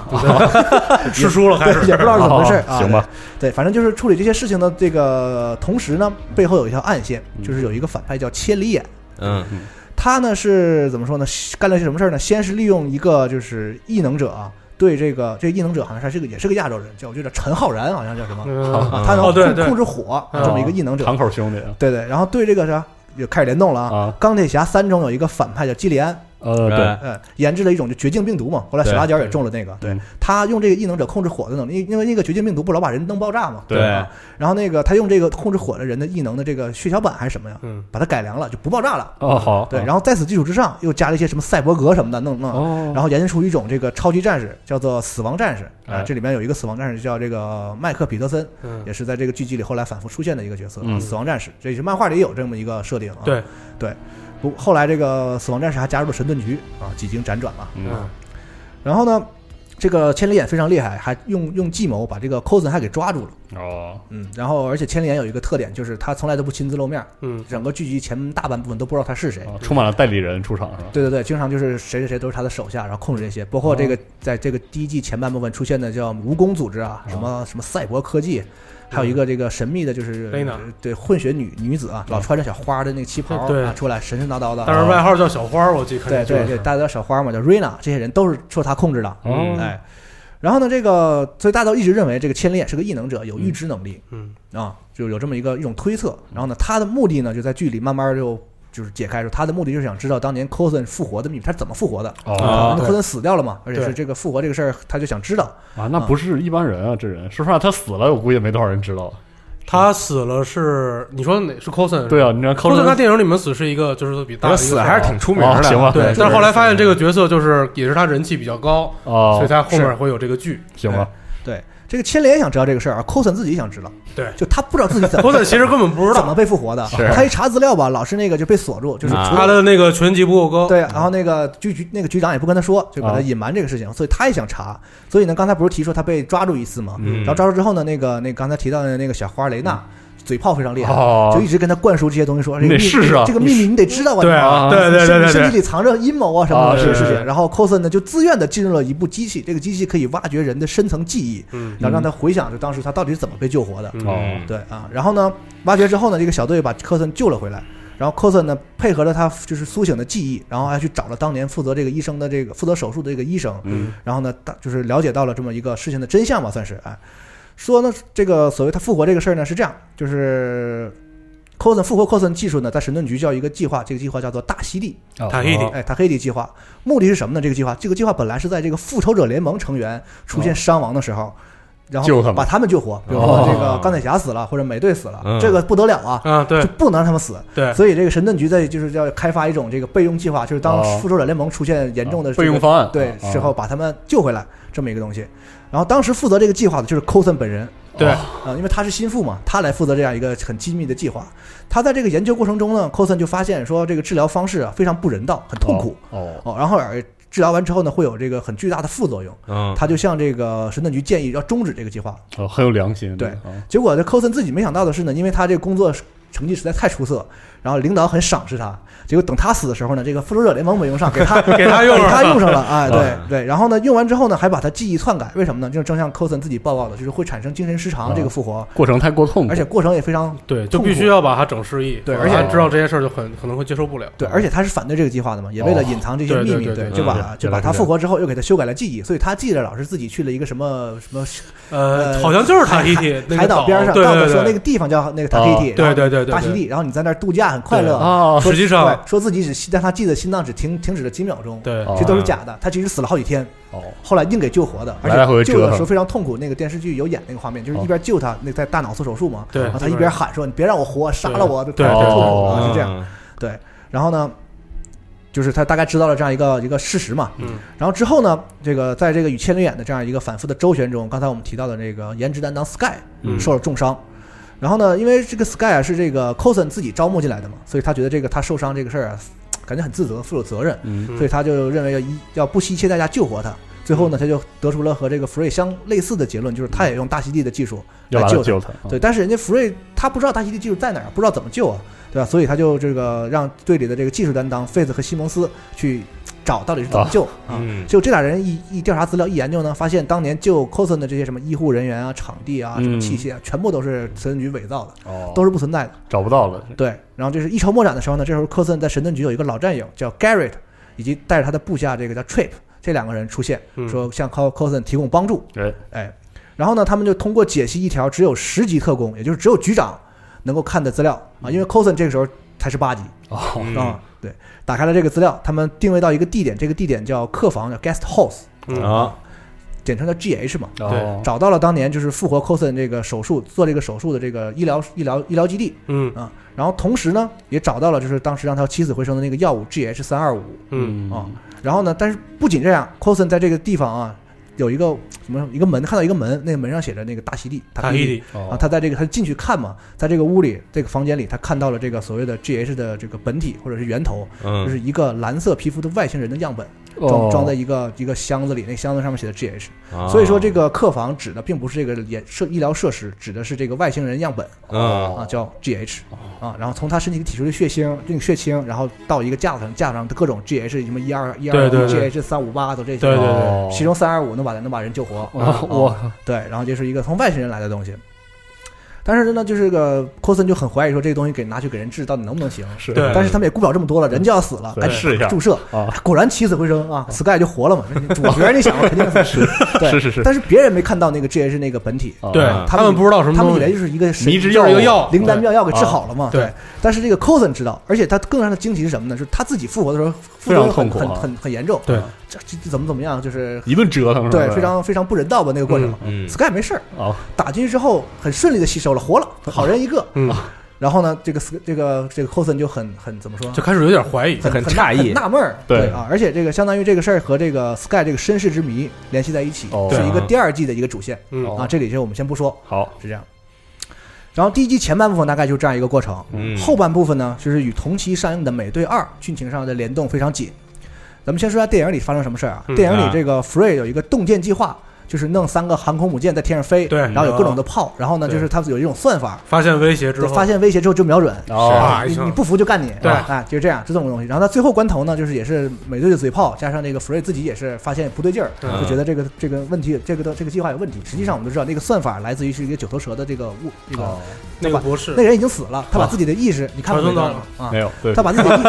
S2: 吃书了还
S3: 对，
S2: 是
S3: 也不知道是 怎么回事
S1: 哦
S3: 啊。
S1: 行吧
S3: 对，对，反正就是处理这些事情的这个同时呢，背后有一条暗线，
S2: 嗯
S3: 就是有一个反派叫千里眼，
S4: 嗯
S3: 他呢是怎么说呢？干了些什么事儿呢？先是利用一个就是异能者啊，对这个这异能者好像是还是个也是个亚洲人，叫我觉得陈浩然好像叫什么，
S2: 嗯
S3: 啊他能
S2: 哦对
S3: 控
S2: 对
S3: 控制火
S2: 嗯
S3: 这么一个异能者，
S1: 哦堂口兄弟
S3: 对对，然后对这个啥就开始联动了啊。
S1: 啊，
S3: 钢铁侠三中有一个反派叫基里安，
S1: 呃，对，
S4: 哎
S3: 呃，研制了一种就绝境病毒嘛，后来小辣椒也中了那个，
S1: 对对
S3: 他用这个异能者控制火的能力，因为那个绝境病毒不老把人弄爆炸嘛，
S1: 对
S3: 吧然后那个他用这个控制火的人的异能的这个血小板还是什么呀，
S2: 嗯，
S3: 把它改良了，就不爆炸了，
S1: 哦，好，
S3: 对，
S1: 后
S3: 然后在此基础之上又加了一些什么赛博格什么的，弄弄，
S1: 哦，
S3: 然后研制出一种这个超级战士，叫做死亡战士啊、
S1: 哎
S3: 这里面有一个死亡战士叫这个麦克彼得森，
S2: 嗯
S3: 也是在这个剧集里后来反复出现的一个角色，啊
S1: 嗯
S3: 死亡战士，这是漫画里也有这么一个设定啊。
S2: 对
S3: 对，不，后来这个死亡战士还加入了神盾局啊，几经辗转吧。
S1: 嗯，
S3: 然后呢，这个千里眼非常厉害，还用用计谋把这个 Coulson 还给抓住了。
S1: 哦，
S3: 嗯，然后而且千里眼有一个特点，就是他从来都不亲自露面，
S2: 嗯
S3: 整个剧集前大半部分都不知道他是谁。
S1: 哦充满了代理人出场是吧？
S3: 对对对，经常就是谁谁谁都是他的手下，然后控制这些，包括这
S2: 哦
S3: 个、在这个第一季前半部分出现的叫蜈蚣组织啊，什
S2: 哦
S3: 么什么赛博科技，还
S2: 嗯
S3: 有一个这个神秘的，就是、
S2: Lena
S3: 对混血女女子啊，老穿着小花的那个旗袍
S2: 哦对
S3: 啊出来，神神叨叨的。啊
S2: 但是外号叫小花儿，我记得
S3: 对对对，大家叫小花嘛，叫瑞娜，这些人都是受他控制的。
S1: 哦
S3: 哎，然后呢，这个所以大家都一直认为这个千里眼是个异能者，有预知能力，
S2: 嗯
S3: 啊，就有这么一个一种推测。然后呢，他的目的呢，就在剧里慢慢就就是解开说，他的目的就是想知道当年 Coulson 复活的秘密，他是怎么复活的。
S1: 哦
S2: 啊对
S3: Coulson 死掉了嘛，而且
S2: 对
S3: 是这个复活这个事儿，他就想知道。
S1: 啊，那不是一般人啊，这人，说实话，他死了，我估计也没多少人知道。
S2: 他死了是你说哪是 Coulson？
S3: 嗯
S1: 对啊，你看
S2: ，Coulson 他
S1: 他
S2: 电影里面死是一个就是比
S4: 他
S2: 大的一个
S4: 死还是挺出名的，
S1: 哦行吧，
S2: 对，
S1: 对
S2: 但是后来发现这个角色就是也是他人气比较高，所
S1: 哦
S2: 以，他后
S3: 是
S2: 面会有这个剧。
S1: 行吧，
S3: 哎对，这个千里也想知道这个事儿啊，Coulson 自己想知道。
S2: 对
S3: 就他不知道自己怎 么
S2: Coulson 其实根本不知
S3: 怎么
S2: 道
S3: 被复活的
S4: 是，
S3: 他一查资料吧，老是那个就被锁住，就是
S4: 啊
S3: 除
S2: 他
S3: 了
S2: 的那个全级不够高，
S3: 对，然后那个局局那个局长也不跟他说，就把他
S1: 啊
S3: 隐瞒这个事情，所以他也想查。所以呢，刚才不是提说他被抓住一次吗？
S4: 嗯
S3: 然后抓住之后呢，那个那个刚才提到的那个小花雷娜，嘴炮非常厉害，
S1: 哦
S3: 就一直跟他灌输这些东西，说
S1: 你
S3: 这个
S1: 得
S3: 秘
S1: 试试啊
S3: 这个秘密你得知道啊。
S2: 对
S3: 你
S2: 啊，
S1: 啊
S2: 对对对对
S3: 身
S2: 对
S3: 体里藏着阴谋啊什么
S1: 啊
S3: 的这
S1: 是
S3: 个事
S1: 是
S3: 情，然后 Coulson 呢就自愿的进入了一部机器，这个机器可以挖掘人的深层记忆，
S2: 嗯
S3: 然后让他回想就当时他到底是怎么被救活的。
S2: 嗯
S1: 哦，
S3: 对啊，然后呢，挖掘之后呢，这个小队把科森救了回来，然后科森呢配合着他就是苏醒的记忆，然后还去找了当年负责这个医生的这个负责手术的这个医生，
S1: 嗯，
S3: 然后呢，大就是了解到了这么一个事情的真相吧，算是哎，说呢这个所谓他复活这个事儿呢是这样，就是。科森复活科森技术呢，在神盾局叫一个计划，这个计划叫做大溪地，
S2: 塔希提
S1: 哦
S3: 哎，塔黑迪计划目的是什么呢？这个计划，这个计划本来是在这个复仇者联盟成员出现伤亡的时候，然
S1: 哦救他
S3: 后
S1: 们哦
S3: 把他们救活，比如说这个钢铁侠死了或者美队死了，
S4: 嗯
S3: 这个不得了啊，
S2: 啊，对
S3: 就不能让他们死。
S2: 对，
S3: 所以这个神盾局在就是要开发一种这个备用计划，就是当
S1: 哦
S3: 复仇者联盟出现严重的、这
S1: 备
S3: 个
S1: 用方案，
S3: 对
S1: 啊
S3: 时候，把他们救回来这么一个东西。然后当时负责这个计划的就是 Coulson 本人，
S2: 对
S3: 啊，因为他是心腹嘛，他来负责这样一个很精密的计划。他在这个研究过程中呢，Coulson 就发现说这个治疗方式啊非常不人道，很痛苦
S1: 哦，
S3: 哦。然后而治疗完之后呢，会有这个很巨大的副作
S2: 哦
S3: 用。
S4: 嗯，
S3: 他就向这个神盾局建议要终止这个计划。
S1: 哦，很有良心，
S3: 对
S1: 啊
S3: 结果这 Coulson 自己没想到的是呢，因为他这个工作成绩实在太出色，然后领导很赏识他，结果等他死的时候呢，这个复仇者联盟没用上，给 他
S2: 给他用
S3: 给
S2: 上
S3: 他
S2: 了哦
S3: 用上了，哎，对
S4: 嗯
S3: 对，然后呢，用完之后呢，还把他记忆篡改，为什么呢？就是正像 Coulson 自己报告的，就是会产生精神失常
S1: 嗯
S3: 这个复活，
S2: 哦
S1: 过程太过痛苦，
S3: 而且过程也非常
S2: 对，就
S3: 痛苦
S2: 必须要把他整失忆，
S3: 对
S2: 否
S3: 而
S2: 则
S3: 且
S2: 他知道这些事儿就很可能会接受不了。
S3: 对，而且他是反对这个计划的嘛，也为了隐藏这些
S2: 哦对
S3: 秘
S2: 对
S3: 密，
S2: 对对
S4: 对
S3: 就
S1: 对
S3: 把就
S1: 原
S3: 把
S1: 来
S3: 他
S1: 是这
S3: 复活之后又给他修改了记忆，所以他记着老是自己去了一个什么什么
S2: 呃，好像就是塔
S3: 海
S2: 希提那个
S3: 海岛边上，
S2: 对
S3: 告
S2: 对
S3: 诉说那
S2: 对哦
S3: 个地方叫那个塔希提，
S2: 对对对对
S3: 塔希
S2: 对
S3: 蒂，然后你在那儿度假很快乐，
S1: 啊，
S3: 说
S2: 实际上
S3: 对说自己只但他记得心脏只停停止了几秒钟，
S2: 对
S1: 哦
S3: 这都是假的，他其实死了好几天，
S1: 哦，
S3: 后来硬给救活的，而
S1: 来来回回
S3: 且救
S1: 折
S3: 的时候
S1: 腾
S3: 非常痛苦。那个电视剧有演那个画面，就是一边救他，那在大脑做手术嘛，
S2: 哦对
S3: 然后他
S2: 就是
S3: 一边喊说：“你别让我活，杀了我！”
S2: 对
S3: 就
S1: 对
S3: 痛苦
S1: 哦
S3: 啊，是这样。对，然后呢，就是他大概知道了这样一个一个事实嘛。
S2: 嗯，
S3: 然后之后呢，这个在这个与千里眼的这样一个反复的周旋中，刚才我们提到的这个颜值担当 Sky
S4: 嗯
S3: 受了重伤。然后呢，因为这个 Sky 啊是这个 Coulson 自己招募进来的嘛，所以他觉得这个他受伤这个事儿啊，感觉很自责，负有责任。
S4: 嗯
S3: 所以他就认为要一要不惜一切代价救活他。最后呢，
S4: 嗯
S3: 他就得出了和这个福瑞相类似的结论，就是他也用大溪地的技术
S1: 要
S3: 来
S1: 把他
S3: 救
S1: 救他，啊
S3: 对，但是人家福瑞他不知道大溪地技术在哪儿，不知道怎么救啊，对吧？所以他就这个让队里的这个技术担当费子和西蒙斯去找到底是怎么救啊。
S4: 嗯
S3: 就这俩人一一调查资料一研究呢，发现当年救 Coulson 的这些什么医护人员啊、场地啊、什么
S1: 嗯
S3: 器械啊，全部都是神盾局伪造的，
S1: 哦，
S3: 都是不存在的。
S1: 找不到了，
S3: 对，然后这是一筹莫展的时候呢，这时候科森在神盾局有一个老战友叫 Garrett，以及带着他的部下这个叫 Trip，这两个人出现，
S2: 嗯
S3: 说向 Co Coulson 提供帮助。
S1: 哎，
S3: 哎，然后呢，他们就通过解析一条只有十级特工，也就是只有局长能够看的资料啊，
S1: 嗯
S3: 因为 Coulson 这个时候才是八级
S2: 嗯
S1: 哦，
S3: 啊、对，打开了这个资料，他们定位到一个地点，这个地点叫客房，叫 guest house，
S2: 嗯
S4: 啊，
S3: 简称叫 GH 嘛。
S1: 哦，
S3: 找到了当年就是复活 Coulson 这个手术做这个手术的这个医疗医疗医疗基地，
S2: 嗯
S3: 啊，然后同时呢，也找到了就是当时让他起死回生的那个药物 GH 三二五
S2: 嗯
S3: 啊。
S1: 哦
S3: 然后呢，但是不仅这样，Coulson 在这个地方啊，有一个什么一个门，看到一个门，那个门上写着那个大溪地，
S2: 塔希
S3: 溪地
S2: 提，
S1: 哦
S3: 啊。他在这个他进去看嘛，在这个屋里这个房间里，他看到了这个所谓的 GH 的这个本体或者是源头，就
S4: 嗯
S3: 是一个蓝色皮肤的外星人的样本，装
S1: 哦
S3: 装在一个一个箱子里，那箱子上面写的 GH。
S4: 啊
S3: 所以说这个客房指的并不是这个也设医疗设施，指的是这个外星人样本。
S1: 哦
S4: 嗯
S3: 啊，叫 GH 啊，然后从他身体里提出的血清，这个血清，然后到一个架子上，架子上的各种 GH 什么一二一二
S2: 对对
S3: GH 三五八都这些，
S2: 对对对
S1: 哦
S3: 其中三二五能把人能把人救活，
S1: 哦
S3: 啊
S1: 哇，
S3: 对，然后就是一个从外星人来的东西。但是呢，就是这个 Coulson 就很怀疑说这个东西给拿去给人治到底能不能行？
S1: 是
S2: 对
S3: 但是他们也顾不了这么多了，人就要死了，
S1: 对
S3: 哎，
S1: 试一下
S3: 注射
S1: 啊，
S3: 果然起死回生啊，Sky 就活了嘛。主角你想肯定是对
S1: 是是是
S3: 但是别人没看到那个 GH 那个本体，
S1: 哦
S2: 对
S4: 啊
S3: 他
S2: 他
S3: 们
S2: 们不知道什么
S3: 他们
S2: 东
S3: 以为
S2: 西，
S3: 就是一个神
S1: 迷之
S3: 药。
S2: 就是一个药
S3: 灵丹
S2: 对
S3: 妙药给治好了嘛？
S2: 对
S3: 对。但是这个 Coulson 知道，而且他更让他惊奇是什么呢？就是他自己复活的时候，复
S1: 非常
S3: 活得
S1: 痛
S3: 很
S1: 苦啊
S3: 很很很严重。
S2: 对，
S3: 这这怎么怎么样，就是
S1: 一顿折腾是吧，
S3: 对非常非常不人道吧那个过程。
S4: 嗯
S3: Sky 没事儿，
S1: 哦，
S3: 打进去之后很顺利的吸收了，活了，好人一个。
S2: 嗯，
S3: 然后呢，这个 Sky- 这个这个 Coulson 就很很怎么说？
S2: 就开始有点怀疑。
S3: 很
S4: 很
S3: 很纳
S4: 诧异
S3: 很纳闷儿，
S1: 对
S3: 啊，而且这个相当于这个事儿和这个 Sky 这个身世之谜联系在一起，
S1: 哦
S3: 是一
S4: 对
S3: 个
S4: 啊
S3: 第二季的一个主线
S2: 嗯
S1: 哦
S3: 啊。这里就我们先不说，
S1: 好，
S3: 是这样。然后第一季前半部分大概就这样一个过程，
S4: 嗯
S3: 后半部分呢，就是与同期上映的《美队二》剧情上的联动非常紧。咱们先说一下电影里发生什么事儿啊？
S2: 嗯
S3: 电影里
S4: 啊
S3: 这个福瑞有一个洞见计划，就是弄三个航空母舰在天上飞，
S2: 对
S3: 然后有各种的
S2: 啊
S3: 炮，然后呢，
S2: 对
S3: 就是他有一种算法，
S2: 发现威胁之
S3: 就
S2: 后，
S3: 发现威胁之后就瞄准，
S1: 哦
S2: 啊
S3: 你
S2: 一枪
S3: 你不服就干你，
S2: 对
S3: 啊，哎就是这样，就这么个东西。然后他最后关头呢，就是也是美队的嘴炮，加上这个福瑞自己也是发现不对劲儿，
S2: 嗯
S3: 就觉得这个这个问题，这个的这个计划有问题。实际上我们都知道，那个算法来自于是一个九头蛇的这个物，这个
S1: 哦
S2: 那个博士
S3: 那个人已经死了，
S4: 哦
S3: 他把自己的意识，你看
S2: 传送到
S3: 到了啊
S1: 没。有，对，
S3: 他把自己的意，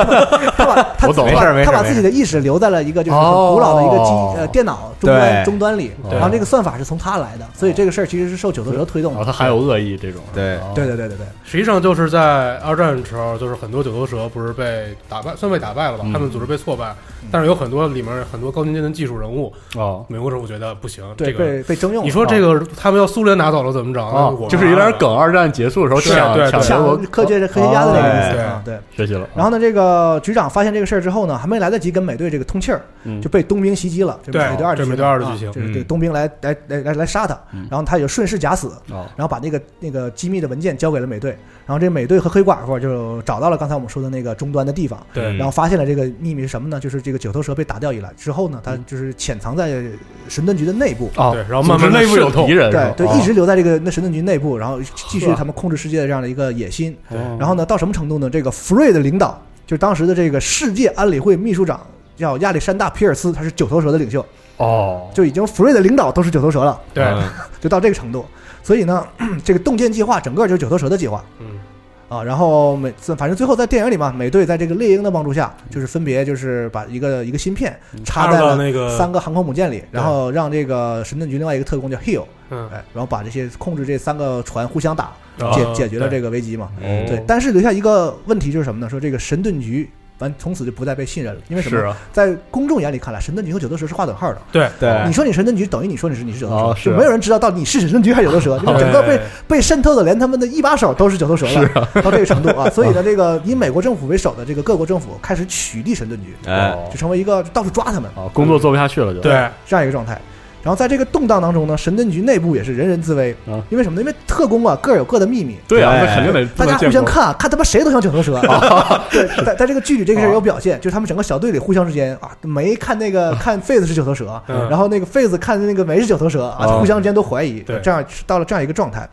S3: 他把他
S1: 我走了
S4: 没
S3: 他
S4: 事儿
S3: 把
S4: 没事
S3: 他
S4: 儿
S3: 把自己的意识留在了一个就是很古老的一个
S1: 哦
S3: 机呃电脑终端
S4: 对
S3: 终端里，
S1: 对
S3: 然后这个算法是从他来的，所以这个事儿其实是受九头蛇推动
S1: 然后
S4: 哦
S3: 的。
S1: 哦他还有恶意这种，
S4: 对
S1: 哦
S3: 对对对对对，
S2: 实际上就是在二战时候，就是很多九头蛇不是被打败，算被打败了吧？
S1: 嗯
S2: 他们组织被挫败，
S3: 嗯
S2: 但是有很多里面很多高精尖的技术人物，
S1: 哦，
S2: 美国政府觉得不行，
S3: 对
S2: 这个
S3: 被被征用了。
S2: 你说这个他们要苏联拿走了怎么整？那啊我
S1: 哦
S2: 们，
S1: 就是有
S2: 拿
S1: 点
S2: 了，
S1: 梗。二战结束的时候
S2: 对
S1: 抢
S2: 啊对
S1: 抢
S2: 对
S1: 德
S3: 像
S1: 国
S3: 科学科学家的那个意思
S2: 对
S3: 啊，哦对。
S1: 学习了，
S3: 然后呢，这个局长发现这个事儿之后呢，还没来得及跟美队这个通气儿，
S1: 嗯
S3: 就被冬兵袭击了。这
S2: 对
S3: 美队二
S2: 这
S3: 的剧
S2: 美
S3: 情
S2: 队二的
S3: 啊
S2: 剧情
S3: 就是
S4: 嗯
S3: 对冬兵来来来来来来杀他
S1: 嗯，
S3: 然后他也顺势假死，
S1: 哦，
S3: 然后把那个那个机密的文件交给了美队，然后这美队和黑寡妇就找到了刚才我们说的那个终端的地方，
S2: 对
S3: 然后发现了这个秘密是什么呢？就是这个九头蛇被打掉以来之后呢，他就是潜藏在神盾局的内部，
S1: 哦
S2: 对，然后慢慢
S1: 总之
S2: 地
S1: 内部有
S2: 渗透
S1: 敌人，
S3: 对对，
S1: 是吧
S3: 一直留在这个那神盾局内部，然后继续
S1: 呵
S3: 他们控制世界的这样的一个野心。
S2: 嗯
S1: 哦
S3: 然后呢，到什么程度呢？这个福瑞的领导，就是当时的这个世界安理会秘书长。叫亚历山大·皮尔斯，他是九头蛇的领袖，
S1: 哦，
S3: 就已经福瑞的领导都是九头蛇了，
S2: 对，
S3: 就到这个程度。所以呢， 这个洞见计划整个就是九头蛇的计划
S2: 嗯，
S3: 啊。然后美，反正最后在电影里嘛，美队在这个猎鹰的帮助下，就是分别就是把一个一个芯片插
S2: 嗯插
S3: 在
S2: 入到
S3: 了
S2: 那个
S3: 三个航空母舰里，然后让这个神盾局另外一个特工叫 Hill，
S2: 嗯，
S3: 哎，然后把这些控制这三个船互相打，
S2: 啊
S3: 解解决了这
S2: 对
S3: 个危机嘛。
S4: 嗯
S2: 哦
S3: 对，但是留下一个问题就是什么呢？说这个神盾局完从此就不再被信任了，因为什
S1: 是
S3: 么？
S1: 啊，
S3: 在公众眼里看来，神盾局和九头蛇是划等号的。
S2: 对
S4: 对，
S3: 你说你神盾局，等于你说你是你是九头
S1: 哦
S3: 蛇，就是没有人知道到底你是神盾局还是九头蛇，就是整个被被渗透的，连他们的一把手都是九头蛇了，到这个程度啊。所以呢，这个以美国政府为首的这个各国政府开始取缔神盾局，
S4: 哎，
S3: 就成为一个到处抓他们。
S1: 哦哦，工作做不下去了就，
S2: 对
S3: 这样一个状态。然后在这个动荡当中呢，神盾局内部也是人人自危
S1: 啊，
S3: 因为什么呢？因为特工啊各有各的秘密，
S1: 对啊，
S4: 对
S1: 那肯定得
S3: 大家互相，看啊，看他妈谁都像九头蛇。
S1: 哦
S3: 对，在在这个剧里这个事儿有表现，就是他们整个小队里互相之间啊，梅看那个
S1: 哦
S3: 看 Face 是九头蛇，
S2: 嗯
S3: 然后那个 Face 看那个梅是九头蛇啊，
S1: 哦
S3: 互相之间都怀疑
S2: 对，
S3: 这样到了这样一个状态。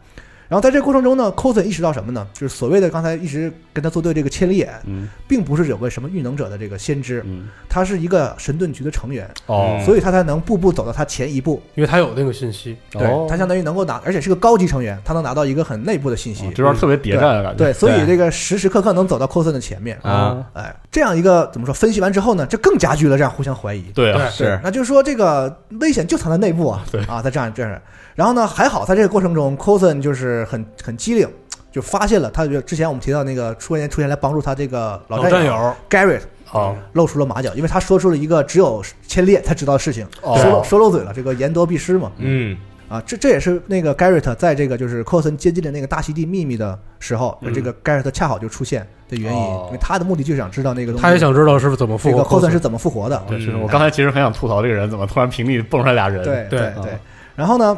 S3: 然后在这个过程中呢 c o s i n 意识到什么呢？就是所谓的刚才一直跟他作对这个千里眼，
S1: 嗯
S3: 并不是有个什么异能者的这个先知，
S1: 嗯，
S3: 他是一个神盾局的成员，
S1: 哦，
S3: 所以他才能步步走到他前一步。
S2: 因为他有那个信息，
S1: 哦
S3: 对，他相当于能够拿，而且是个高级成员，他能拿到一个很内部的信息
S1: 哦。这边特别谍战的感觉，
S3: 对，所以
S4: 对
S3: 这个时时刻刻能走到 Coulson 的前面。
S4: 啊，
S3: 哎，这样一个怎么说？分析完之后呢，这更加剧了这样互相怀疑。
S1: 对啊，
S2: 对
S4: 是
S3: 那就是说这个危险就藏在内部啊，
S1: 对
S3: 啊，在这样这样。然后呢，还好在这个过程中，Coulson 就是很很机灵，就发现了他就之前我们提到那个突然间出现来帮助他这个老
S2: 老战
S3: 友
S2: 友，
S3: Garrett
S1: 哦
S3: 露出了马脚，因为他说出了一个只有千烈才知道的事情，
S1: 哦
S3: 说漏说漏嘴了，这个言多必失嘛。
S4: 嗯，
S3: 啊，这这也是那个 Garrett 在这个就是 Coulson 接近了那个大溪地秘密的时候，
S2: 嗯
S3: 这个 Garrett 恰好就出现的原因，
S1: 哦
S3: 因为他的目的就是想知道那个东西
S2: 他也想知道是不是怎么
S3: 这
S2: 复
S3: 个
S2: 活
S3: Coulson 是
S2: Coulson
S3: 怎么复活的，
S1: 对，
S4: 嗯
S1: 是我刚才其实很想吐槽这个人，怎么突然平地蹦出来俩人？
S3: 对
S2: 对
S3: 对
S1: 啊
S3: 对。然后呢，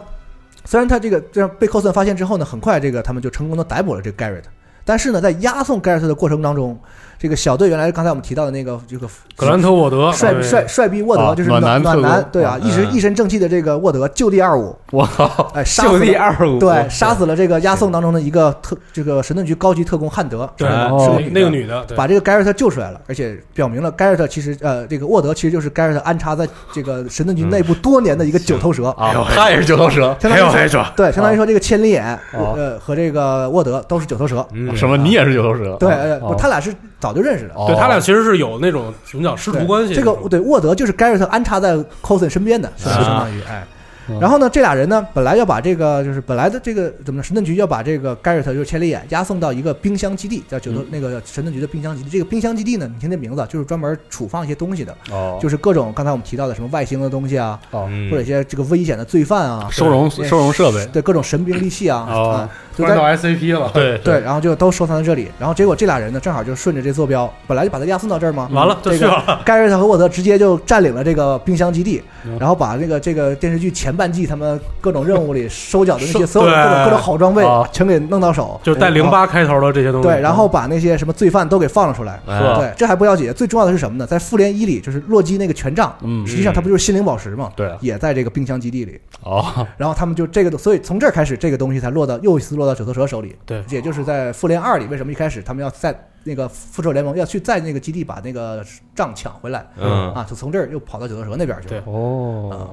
S3: 虽然他这个这样被 Coulson 发现之后呢，很快这个他们就成功的逮捕了这个 Garrett，但是呢，在押送 Garrett 的过程当中，这个小队原来刚才我们提到的那个这个
S2: 格兰特沃德，
S3: 帅
S2: 对
S3: 帅帅逼沃德
S1: 啊
S3: 就是
S1: 暖
S3: 暖
S1: 男特工
S3: 男，对啊，一直
S4: 嗯
S3: 一身正气的这个沃德就地二五，
S1: 我靠，
S3: 哎，杀死
S4: 就
S3: 了
S4: 地二五，
S3: 对，杀死了这个押送当中的一个特这个神盾局高级特工汉德，
S2: 对
S4: 啊
S2: 是
S1: 哦
S2: 那那个女的，对
S3: 把这个 Garrett 救出来了，而且表明了 Garrett 其实呃这个沃德其实就是 Garrett 安插在这个神盾局内部多年的一个九头蛇，
S1: 啊，他也是九头蛇，
S3: 相当于说
S1: 说
S3: 对，相当于说这个千里眼
S1: 哦
S3: 呃和这个沃德都是九头蛇，
S4: 嗯
S1: 什么？你也是九头蛇？
S3: 对，呃
S1: 哦
S3: 不，他俩是早就认识的。
S1: 哦
S2: 对他俩其实是有那种怎么讲师徒
S3: 对
S2: 关系
S3: 这
S2: 那
S3: 个
S2: 种，
S3: 对沃德就是 Garrett 安插在 Coulson 身边的，是
S4: 啊
S3: 相当于哎
S1: 嗯。
S3: 然后呢，这俩人呢，本来要把这个就是本来的这个怎么呢？神盾局要把这个 Garrett 就是千里眼押送到一个冰箱基地，叫九头、
S2: 嗯
S3: 那个神盾局的冰箱基地。这个冰箱基地呢，你听这名字啊，就是专门储放一些东西的，
S1: 哦，
S3: 就是各种刚才我们提到的什么外星的东西啊，
S4: 嗯
S3: 或者一些这个危险的罪犯啊，
S1: 收容
S3: 对
S1: 收容设备，
S3: 对各种神兵利器啊，
S1: 哦
S3: 啊，
S2: 嗯突
S3: 就
S2: 然到
S3: 在
S2: SCP 了，
S1: 对
S3: 对，，然后就都收藏在这里。然后结果这俩人呢，正好就顺着这坐标，本来就把他押送到这儿嘛，
S2: 完了就
S3: 这
S2: 去
S3: 个
S2: 了，
S3: 盖瑞特和沃德直接就占领了这个冰箱基地
S1: 嗯，
S3: 然后把这个这个电视剧前半季他们各种任务里收缴的那些
S2: 收
S3: 所有的各种
S2: 对
S3: 各种好装备
S1: 啊
S3: 全给弄到手，
S2: 就是带零八开头的这些东西，
S3: 对，然后把那些什么罪犯都给放了出来。
S4: 哎
S1: 是吧
S3: 对，这还不要紧，最重要的是什么呢？在复联一里，就是洛基那个权杖，
S1: 嗯，
S3: 实际上它不就是心灵宝石吗？
S1: 对啊
S3: 也在这个冰箱基地里。
S1: 哦，
S3: 然后他们就这个，所以从这儿开始，这个东西才落到又一次落到九头蛇手里。
S2: 对
S3: 也就是在复联二里，为什么一开始他们要在那个复仇联盟要去在那个基地把那个杖抢回来？
S4: 嗯
S3: 啊，就从这儿又跑到九头蛇那边去了啊
S2: 对。
S1: 哦，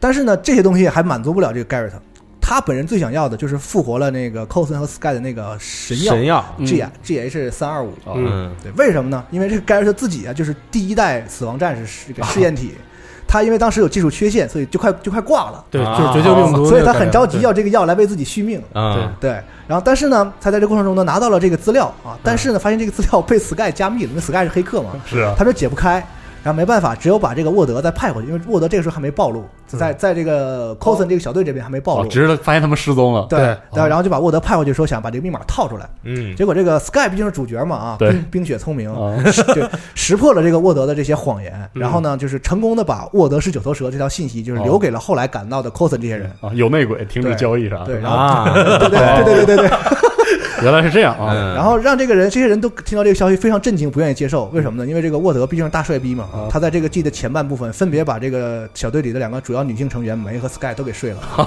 S3: 但是呢，这些东西还满足不了这个 Garrett，他本人最想要的就是复活了那个 Coulson 和 Sky 的那个神药
S4: 神药，
S3: G
S2: 嗯
S3: G H 三二五。
S2: 哦
S1: 嗯，
S4: 嗯
S3: 对，为什么呢？因为这个 Garrett 自己啊，就是第一代死亡战士是这个试验体，
S2: 啊
S3: 他因为当时有技术缺陷，所以就快就快挂了，
S2: 对，
S4: 啊
S2: 就是绝救病毒，
S3: 所以他很着急要这个药来为自己续命。
S4: 啊，
S3: 嗯对，然后但是呢，他在这过程中呢拿到了这个资料啊，但是呢发现这个资料被 Sky 加密了，因为 Sky 是黑客嘛，
S1: 是啊，
S3: 他说解不开。然后没办法，只有把这个沃德再派回去，因为沃德这个时候还没暴露，在在这个 Coulson 这个小队这边还没暴
S1: 哦，
S3: 露。
S1: 直到发现他们失踪了，
S3: 对，
S2: 对
S3: 然后然后就把沃德派回去，说想把这个密码套出来。
S2: 嗯，
S3: 结果这个 Sky 毕竟是主角嘛啊，
S1: 对
S3: 冰冰雪聪明，
S1: 啊，
S3: 对，识破了这个沃德的这些谎言，然后呢，就是成功的把沃德是九头蛇这条信息，就是留给了后来赶到的 Coulson 这些人。
S1: 啊，有内鬼，停止交易啥的，
S3: 对，然后
S4: 啊，
S3: 对对对对对对，
S1: 原来是这样啊，
S4: 嗯
S3: 然后让这个人，这些人都听到这个消息非常震惊，不愿意接受。为什么呢？因为这个沃德毕竟是大帅逼嘛
S1: 啊，
S3: 他在这个季的前半部分分别把这个小队里的两个主要女性成员梅和 Sky 都给睡了。嗯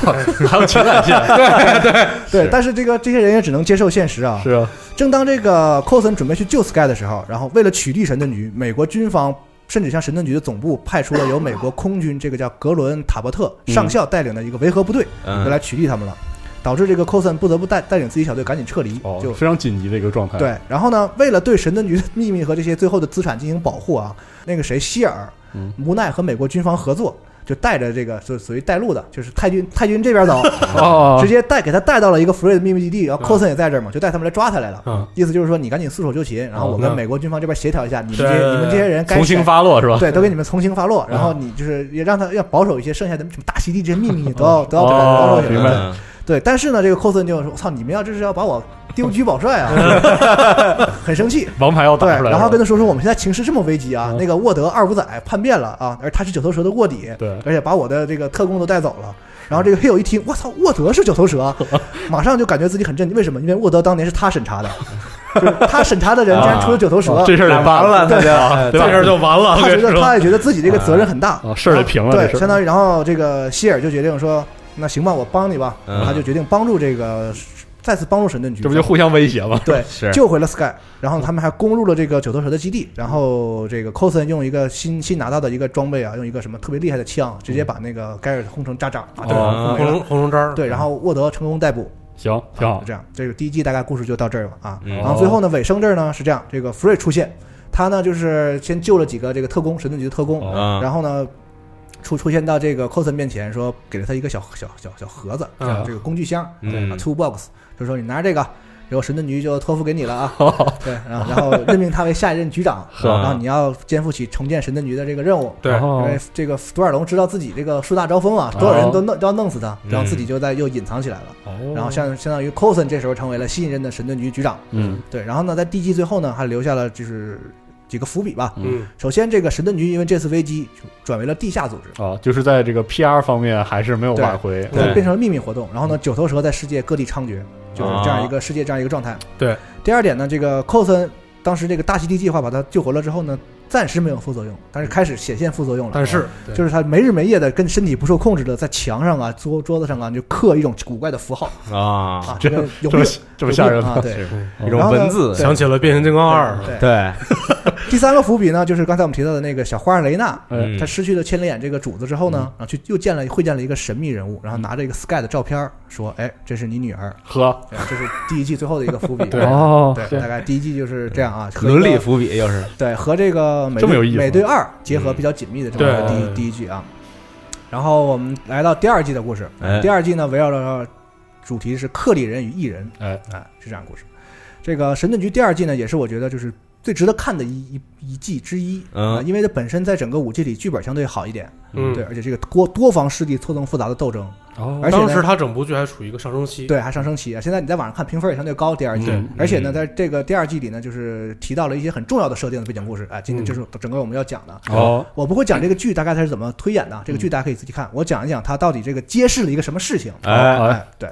S1: 还有情感线，
S3: 对，但是这个这些人也只能接受现实啊。
S1: 是啊，
S3: 正当这个 Coulson 准备去救 Sky 的时候，然后为了取缔神盾局，美国军方甚至向神盾局的总部派出了由美国空军这个叫格伦·塔伯特上校带领的一个维和部队，
S4: 嗯
S3: 要来取缔他们了，导致这个 Coulson 不得不带带领自己小队赶紧撤离，
S1: 哦，
S3: 就
S1: 非常紧急的一个状态，，
S3: 对，然后呢，为了对神盾局的秘密和这些最后的资产进行保护啊，那个谁希尔
S1: 嗯
S3: 无奈和美国军方合作，就带着这个就属于带路的，就是太君太君这边走，
S1: 哦
S3: 直，接带给他带到了一个福瑞的秘密基地，然后 Coulson 也在这儿嘛，就带他们来抓他来了。
S2: 嗯
S3: 意思就是说，你赶紧束手就擒，然后我跟
S2: 嗯
S3: 美国军方这边协调一下，你们这
S2: 对
S3: 些你们这些人该
S1: 从轻
S3: 谁
S1: 发落是吧？
S3: 对，都给你们从轻发落，然后你就是也让他要保守一些剩下的什么大溪地这些秘密都要都要给他
S1: 哦
S3: 保守起
S1: 明
S3: 来。
S1: 白
S4: 嗯
S3: 对，但是呢，这个 Coulson 就说：“我操，你们要这是要把我丢车保 帅啊！”很生气。
S1: 王牌要
S3: 对
S1: 嗯打出，来了，
S3: 然后跟他说说我们现在情势这么危急啊，
S1: 嗯
S3: 那个沃德二五仔叛变了啊，而他是九头蛇的卧底，
S1: 对嗯
S3: 而且把我的这个特工都带走了。然后这个 Hill 一听，我操，沃德是九 头蛇，马上就感觉自己很震惊。为什么？因为沃德当年是他审查的，就是他审查的人竟然出了九头蛇，
S1: 啊这事儿得办了，
S3: 对
S1: 对吧？
S2: 这事儿就完了，我
S3: 他
S2: 跟
S3: 觉
S2: 你
S3: 得
S2: 说，
S3: 他也觉得自己这个责任很大，
S1: 啊，事儿得平了，
S3: 对，
S1: 这事
S3: 相
S1: 儿
S3: 当于然后这个希尔就决定说，那行吧，我帮你吧，
S4: 嗯
S3: 他就决定帮助这个再次帮助神盾局，
S1: 这不就互相威胁吗？
S3: 对
S4: 是
S3: 救回了 Sky，然后他们还攻入了这个九头蛇的基地，然后这个 Coulson 用一个新新拿到的一个装备啊，用一个什么特别厉害的枪，直接把那个盖尔轰成渣渣啊，对吧，
S1: 嗯哦
S3: 轰没
S2: 红
S3: 了
S2: 龙红龙章，
S3: 对，然后沃德成功逮捕，
S1: 行，挺好
S3: 就，这样，这个第一季大概故事就到这儿了啊。
S4: 嗯
S3: 然后最后呢，尾声这儿呢是这样，这个 Free 出现，他呢就是先救了几个这个特工，神盾局的特工，
S1: 哦
S4: 嗯
S3: 然后呢，出出现到这个 Coulson 面前，说给了他一个小小小小盒子，
S2: 嗯
S3: 这个工具箱、
S4: 嗯
S3: 啊，tool box，就说你拿着这个，然后神盾局就托付给你了啊。对，然后然后任命他为下一任局长，啊
S4: 呵
S3: 然后你要肩负起重建神盾局的这个任务。
S2: 对，
S3: 因
S1: 哦
S3: 为这个独眼龙知道自己这个树大招风啊，所有人都弄都要弄死他，然后自己就在又隐藏起来了。
S1: 哦
S3: 然后相相当于 Coulson 这时候成为了新任的神盾局局长。
S1: 嗯
S3: 对，然后呢，在第季最后呢，还留下了就是几个伏笔吧。
S2: 嗯，
S3: 首先，这个神盾局因为这次危机就转为了地下组织，
S1: 啊，就是在这个 PR 方面还是没有挽回，嗯
S2: 对
S3: 变成了秘密活动。然后呢，九头蛇在世界各地猖獗，就是这
S1: 啊
S3: 样一个世界这样一个状态。
S2: 对。
S3: 第二点呢，这个寇森当时这个大溪地计划把他救活了之后呢，暂时没有副作用，但是开始显现副作用了。
S2: 但是
S3: 就是他没日没夜的跟身体不受控制的在墙上啊、桌桌子上啊就刻一种古怪的符号
S4: 啊
S3: 啊，，
S1: 这
S3: 这个
S1: 这
S3: 有病
S1: 么这么吓人
S3: 啊！
S1: 吗？
S3: 对，
S4: 一种文字，
S3: 对
S2: 想起了变形金刚二，
S3: 对，
S4: 对，
S3: 第三个伏笔呢，就是刚才我们提到的那个小花儿雷娜，
S1: 嗯
S3: 她失去了千里眼这个主子之后呢，然后去又见了会见了一个神秘人物，然后拿着一个 Sky 的照片儿说：“哎，这是你女儿。
S1: 呵，”
S3: 哎这是第一季最后的一个伏笔。对
S1: 哦
S3: 对，大概第一季就是这样啊。和一个
S4: 伦理伏笔又是
S3: 对和这个美
S1: 这么
S3: 队
S1: 有意思吗
S3: 美队二结合比较紧密的这么一个第一
S2: 对
S3: 第一季啊。然后我们来到第二季的故事
S4: 哎，
S3: 第二季呢围绕着主题是克里人与异人，
S1: 哎，
S3: 啊，是这样的故事。这个《神盾局》第二季呢，也是我觉得就是最值得看的一一一季之一，
S4: 嗯
S3: 啊，因为它本身在整个五季里剧本相对好一点，
S2: 嗯
S3: 对，，而且这个多多方势力错综复杂的斗争，
S1: 哦
S3: 而且呢
S2: 当时他整部剧还处于一个上升期，
S3: 对，还上升期啊。现在你在网上看评分也相对高，第二季，
S1: 嗯
S3: 而且呢，在这个第二季里呢，就是提到了一些很重要的设定的背景故事，哎，今天
S2: 嗯
S3: 就是整个我们要讲的。
S1: 哦，
S3: 我不会讲这个剧大概它是怎么推演的，这个剧大家可以自己看。我讲一讲它到底这个揭示了一个什么事情。
S4: 哎
S1: 啊
S3: 哎，对，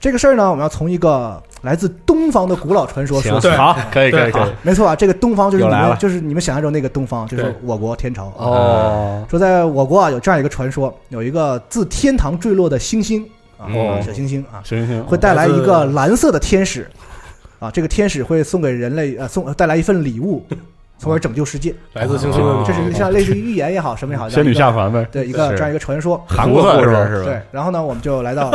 S3: 这个事儿呢，我们要从一个来自东方的古老传说说
S4: 行
S3: 起。
S2: 对
S4: 好，
S1: 可以可以
S2: 对
S1: 可以，
S3: 没错啊，这个东方就是
S4: 又
S3: 你
S4: 来
S3: 们
S4: 了
S3: 就是你们想象中那个东方，就是
S2: 对
S3: 我国天朝。
S1: 哦，
S3: 说在我国啊，有这样一个传说，有一个自天堂坠落的星星啊，
S4: 哦
S3: 小星星啊，
S1: 行行，哦
S3: 会带来一个蓝色的天使啊，这个天使会送给人类呃送呃带来一份礼物，
S1: 哦
S3: 从而拯救世界。
S2: 来自星星的
S4: 哦
S2: 你，
S3: 啊这是一个像类似于预言也好，什么也好，这
S1: 仙
S3: 样
S1: 女
S3: 一个
S1: 下凡呗，
S3: 对一个
S4: 是
S3: 这样一个传说。
S4: 韩国故
S1: 是
S4: 事
S1: 吧
S4: 是吧
S3: 对？，然后呢，我们就来 到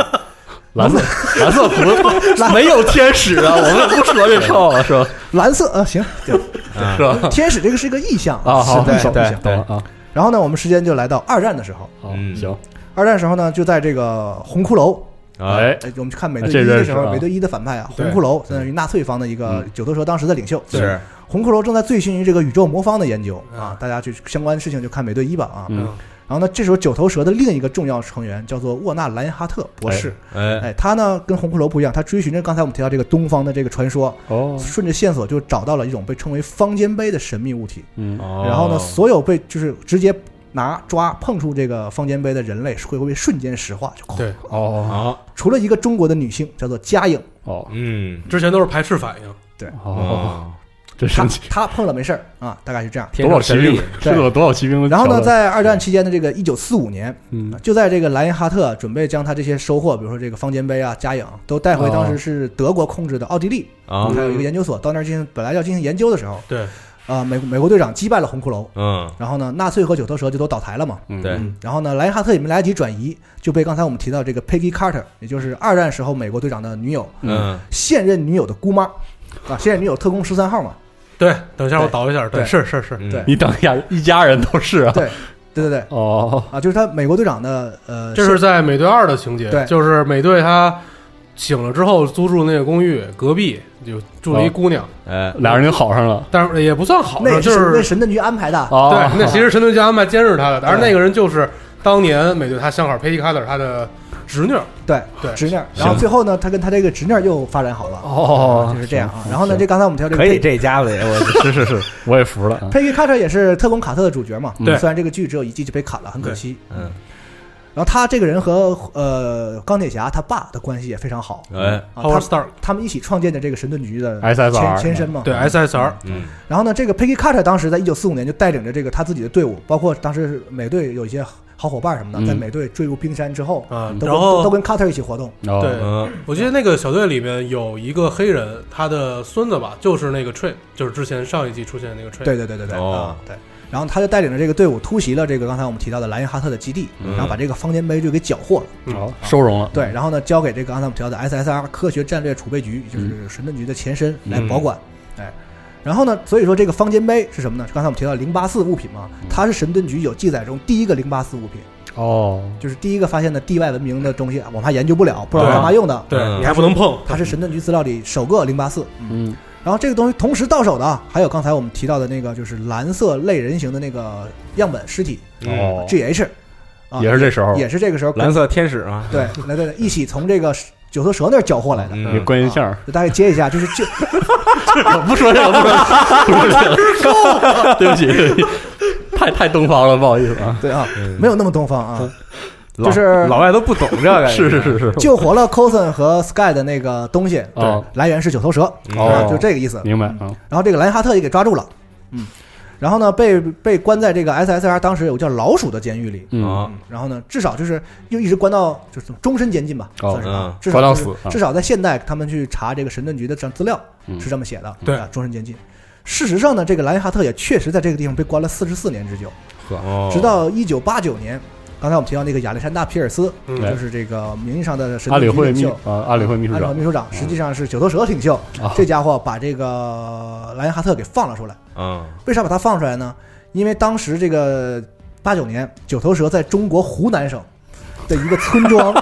S1: 蓝色蓝色服 没有天使啊，我们不说这套了是吧？
S3: 蓝色呃行，对
S4: 嗯
S1: 是吧？
S3: 天使这个是一个意象
S1: 啊，好，
S3: 是对
S1: 懂
S3: 对
S1: 懂了啊，
S3: 然后呢，我们时间就来到二战的时候，
S1: 好，
S4: 嗯
S1: 行，
S3: 二战时候呢，就在这个红骷髅
S4: 哎，
S1: 哎，
S3: 哎，我们去看美
S1: 这
S3: 队一
S1: 认识
S3: 的时候，
S1: 啊嗯
S3: 美队一的反派啊，红
S2: 对
S3: 骷髅相当于纳粹方的一个九头蛇当时的领袖。
S4: 是，
S3: 红骷髅正在醉心于这个宇宙魔方的研究啊
S2: 嗯，
S3: 大家去相关的事情就看美队一吧啊。
S1: 嗯
S3: 然后呢，这时候九头蛇的另一个重要成员叫做沃纳莱因哈特博士，
S4: 哎，
S3: 哎，他呢跟红骷髅不一样，他追寻着刚才我们提到这个东方的这个传说，
S1: 哦，
S3: 顺着线索就找到了一种被称为方尖碑的神秘物体。
S1: 嗯，
S3: 然后呢，所有被就是直接拿抓碰触这个方尖碑的人类会会被瞬间石化，就哐
S2: 对，啊
S1: 哦，
S4: 好，
S3: 除了一个中国的女性叫做嘉颖，
S1: 哦，
S4: 嗯，
S2: 之前都是排斥反应，
S1: 哦，
S4: 哦，
S1: 真
S3: 她
S1: 神奇，
S3: 她碰了没事儿啊，大概是这样。
S4: 天
S1: 多少
S4: 上
S1: 骑
S4: 神
S1: 兵
S4: 力，
S1: 是的，多少骑兵都
S3: 然
S1: 挑
S3: 后
S1: 的。
S3: 呢，在二战期间的这个一九四五年，
S1: 嗯，
S3: 就在这个莱因哈特准备将他这些收获，比如说这个方尖碑啊、嘉颖，都带
S4: 哦
S3: 回当时是德国控制的奥地利，
S4: 啊，
S3: 还有一个研究所，到那儿进行本来要进行研究的时候，
S2: 对，
S3: 啊、美美国队长击败了红骷髅，
S4: 嗯，
S3: 然后呢，纳粹和九头蛇就都倒台了嘛。
S1: 嗯
S4: 对，
S3: 然后呢，莱因哈特也没来得及转移，就被刚才我们提到这个 Peggy Carter，也就是二战时候美国队长的女友，
S4: 嗯，
S3: 现任女友的姑妈，啊，现任女友特工十三号嘛，
S2: 对，等一下我
S3: 对
S2: 倒一下，对，
S3: 对
S2: 是是是，
S4: 嗯
S3: 对
S1: 你等一下，一家人都是啊。
S3: 对，对对对，
S1: 哦，
S3: 啊，就是他美国队长的呃，
S2: 这是在美队二的情节，
S3: 对
S2: 就是美队他醒了之后租住那个公寓，隔壁就住了一姑娘，
S4: 哎，
S1: 俩人就好上了。
S2: 但是也不算好
S3: 那也
S2: 上，就是
S3: 为
S2: 是
S3: 神盾局安排的，
S1: 哦，
S2: 对，那其实神盾局安排监视他的，而
S3: 对
S2: 那个人就是当年美队他相好佩蒂卡特他的侄女，
S3: 对，
S2: 对
S3: 侄女儿。然后最后呢，他跟他这个侄女儿又发展好了，
S1: 哦，
S3: 就是这样啊。
S1: 行
S3: 然后呢，这刚才我们提到这个
S4: 可以，
S3: 佩
S4: 这家伙也我
S1: 是是是，我也服了。啊。
S3: Peggy Carter 也是特工卡特的主角嘛，
S1: 对
S3: 虽然这个剧只有一季就被砍了，很可惜。
S4: 嗯，
S3: 然后他这个人和呃钢铁侠他爸的关系也非常好，
S4: 哎，
S3: 啊，
S2: Howard
S3: 他
S2: Stark，
S3: 他们一起创建的这个神盾局的
S1: SSR
S3: 前前身嘛。
S2: 对 SSR，
S4: 啊嗯，
S3: 然后呢，这个 Peggy Carter 当时在一九四五年就带领着这个他自己的队伍，包括当时美队有一些好伙伴什么
S1: 嗯
S3: 的，在美队坠入冰山之后，
S2: 啊，
S3: 都跟
S2: 然后
S3: 都跟 Carter 一起活动。
S1: 哦
S2: 对
S4: 嗯，
S2: 我记得那个小队里面有一个黑人，他的孙子吧，就是那个 Trey，就是之前上一季出现的那个 Trey。
S3: 对对对对对，
S4: 哦
S3: 啊对。然后他就带领着这个队伍突袭了这个刚才我们提到的莱因哈特的基地，
S4: 嗯
S3: 然后把这个方尖碑就给缴获
S2: 嗯
S3: 了。
S1: 好，收容了。
S3: 嗯对，然后呢，交给这个刚才我们提到的 SSR 科学战略储备局，也
S2: 嗯
S3: 就是神盾局的前身来保管。哎，然后呢，所以说这个方尖碑是什么呢？刚才我们提到零八四物品嘛，
S2: 嗯
S3: 它是神盾局有记载中第一个零八四物品，
S1: 哦，
S3: 就是第一个发现的地外文明的东西，我们还研究不了，不知道
S2: 对
S3: 干嘛用的。
S2: 对
S4: 嗯
S2: 你还不能碰。
S3: 它是神盾局资料里首个零八四。
S1: 嗯，
S3: 然后这个东西同时到手的啊，还有刚才我们提到的那个就是蓝色类人形的那个样本尸体
S4: 嗯
S2: 嗯
S1: 哦，
S3: GH，啊，
S1: 也是这时候，
S3: 也是这个时候
S4: 蓝色天使啊嘛，
S3: 对，来对对，一起从这个九头蛇那儿缴获来的。
S4: 嗯
S1: 也关一下。
S3: 就大概接一下，就是就
S1: 我不说这个，不说 这个，对不起，对不起，太太东方了，不好意思啊。
S3: 对啊，没有那么东方啊，
S4: 老
S3: 就是
S4: 老外都不懂这个，
S1: 是是是是，
S3: 救活了 Coulson 和 Sky 的那个东西，
S1: 哦
S3: 来源是九头蛇，啊
S1: 哦
S3: 就这个意思。
S1: 明白啊。
S3: 然后这个莱因哈特也给抓住了，嗯，然后呢被被关在这个 SSR 当时有个叫老鼠的监狱里，
S1: 嗯，
S4: 啊，
S3: 然后呢至少就是又一直关到就是终身监禁吧，
S1: 哦
S3: 算是
S4: 嗯，
S3: 啊至少
S1: 关到
S3: 就是
S1: 死啊
S3: 至少在现代他们去查这个神盾局的这资料
S1: 嗯
S3: 是这么写的，
S2: 对
S3: 啊，终身监禁。事实上呢，这个莱因哈特也确实在这个地方被关了四十四年之久。
S4: 哦
S3: 直到一九八九年，刚才我们提到那个亚历山大·皮尔斯，
S2: 嗯
S3: 就是这个名义上的神
S1: 阿
S3: 盾
S1: 里
S3: 局
S1: 会
S3: 领
S1: 秘
S3: 袖，
S1: 啊，阿里会秘书
S3: 安
S1: 长
S3: 长秘书长，实际上是九头蛇领袖。
S1: 啊
S3: 这家伙把这个莱因哈特给放了出来，
S4: 嗯，
S3: 为啥把他放出来呢？因为当时这个八九年，九头蛇在中国湖南省的一个村庄，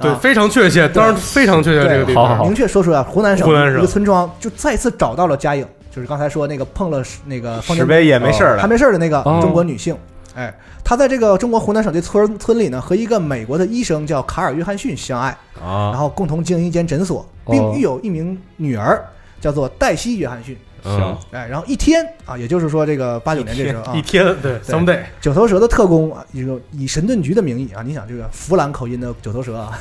S2: 对，
S3: 啊
S2: 非常确切，当然非常确切
S3: 对
S2: 这个地方。啊
S1: 好
S3: 明确说出来，湖南省
S2: 湖南省
S3: 一个村庄就再次找到了佳颖，就是刚才说那个碰了那个方尖
S4: 石碑也没事儿
S3: 还
S4: 了，
S3: 没事儿的那个
S1: 哦
S3: 中国女性。哎，她在这个中国湖南省这村村里呢，和一个美国的医生叫卡尔·约翰逊相爱，然
S4: 啊，
S3: 后共同经营一间诊所，
S1: 哦
S3: 并育有一名女儿，叫做黛西·约翰逊。
S4: 嗯，
S3: 哎，然后一天啊，也就是说这个八九年这时候啊
S2: 一，天，对，someday，
S3: 九头蛇的特工啊，一个以神盾局的名义啊，你想这个弗兰口音的九头蛇 啊，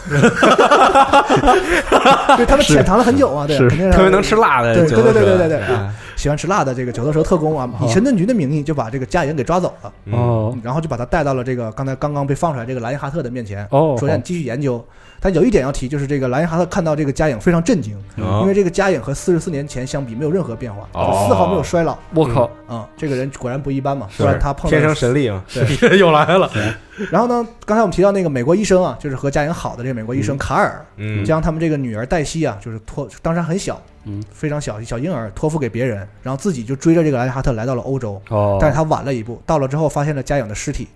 S3: 对，他们潜藏了很久啊，对，
S1: 是
S3: 肯定
S4: 特别能吃辣的，
S3: 对
S4: 九头
S3: 对对对
S4: 蛇哎
S3: 对对对，啊喜欢吃辣的这个九头蛇特工啊，以神盾局的名义就把这个家人给抓走了。
S4: 嗯
S1: 哦
S3: 然后就把他带到了这个刚才刚刚被放出来这个莱因哈特的面前，
S1: 哦
S3: 说让你哎继续研究。但有一点要提，就是这个莱因哈特看到这个家影非常震惊，
S4: 哦
S3: 因为这个家影和四十四年前相比没有任何变化，
S4: 哦
S3: 就丝毫没有衰老。
S1: 我靠，
S3: 啊，这个人果然不一般嘛，不然他碰
S4: 天
S3: 到
S4: 生。神力嘛，
S2: 又来了。
S3: 然后呢，刚才我们提到那个美国医生啊，就是和家影好的这个美国医生卡尔，
S4: 嗯
S3: 将他们这个女儿黛西啊，就是托，当时还很小，
S1: 嗯，
S3: 非常小小婴儿，托付给别人，然后自己就追着这个莱因哈特来到了欧洲。
S1: 哦，
S3: 嗯但是他晚了一步，到了之后发现了家养的尸体。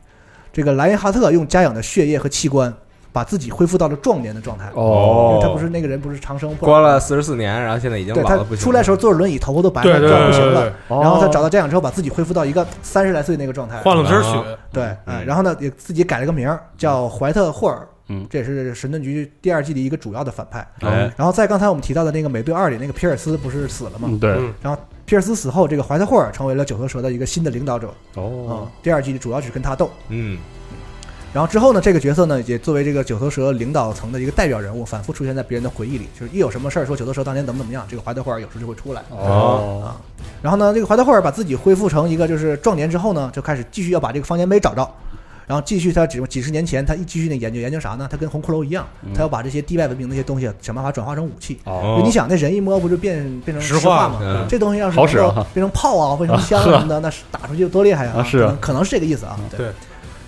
S3: 这个莱因哈特用家养的血液和器官把自己恢复到了壮年的状态。因
S4: 哦
S3: 为，他不是那个人不是长生不老
S4: 关了四十四年，然后现在已经
S3: 对
S4: 老
S3: 他
S4: 了不行了。
S3: 出来的时候坐着轮椅，头发都白
S2: 对
S3: 了，
S2: 对
S3: 都不行
S2: 对
S3: 了
S2: 对。，
S1: 哦
S3: 然后他找到家长之后，把自己恢复到一个三十来岁那个状态。
S2: 换了身
S4: 啊
S2: 血，
S3: 对，
S1: 嗯
S3: 哎，然后呢，也自己改了个名儿，叫怀特霍尔，
S1: 嗯
S3: 这也是神盾局第二季的一个主要的反派。
S1: 哎，
S3: 然后在刚才我们提到的那个《美队二》里，那个皮尔斯不是死了吗？
S1: 嗯，对，
S2: 嗯
S3: 然后皮尔斯死后，这个怀特霍尔成为了九头蛇的一个新的领导者啊、
S1: 哦，
S3: 第二季主要就是跟他斗，
S4: 嗯，
S3: 然后之后呢，这个角色呢也作为这个九头蛇领导层的一个代表人物，反复出现在别人的回忆里。就是一有什么事儿说九头蛇当年怎么怎么样，这个怀特霍尔有时候就会出来。
S1: 哦，
S3: 然后呢，这个怀特霍尔把自己恢复成一个就是壮年之后呢，就开始继续要把这个方尖碑找着，然后继续他几几十年前他一继续那研究研究啥呢？他跟红骷髅一样，嗯他要把这些地外文明那些东西想办法转化成武器。
S1: 哦，
S3: 就你想，那人一摸不就变变成
S2: 石
S3: 石
S2: 化
S3: 吗？
S4: 嗯
S3: 这东西要是
S1: 好使啊
S3: 能够变成炮 啊，变成枪啊什么的，那是打出去多厉害啊！
S1: 啊是啊
S3: 可能可能是这个意思啊。
S2: 对。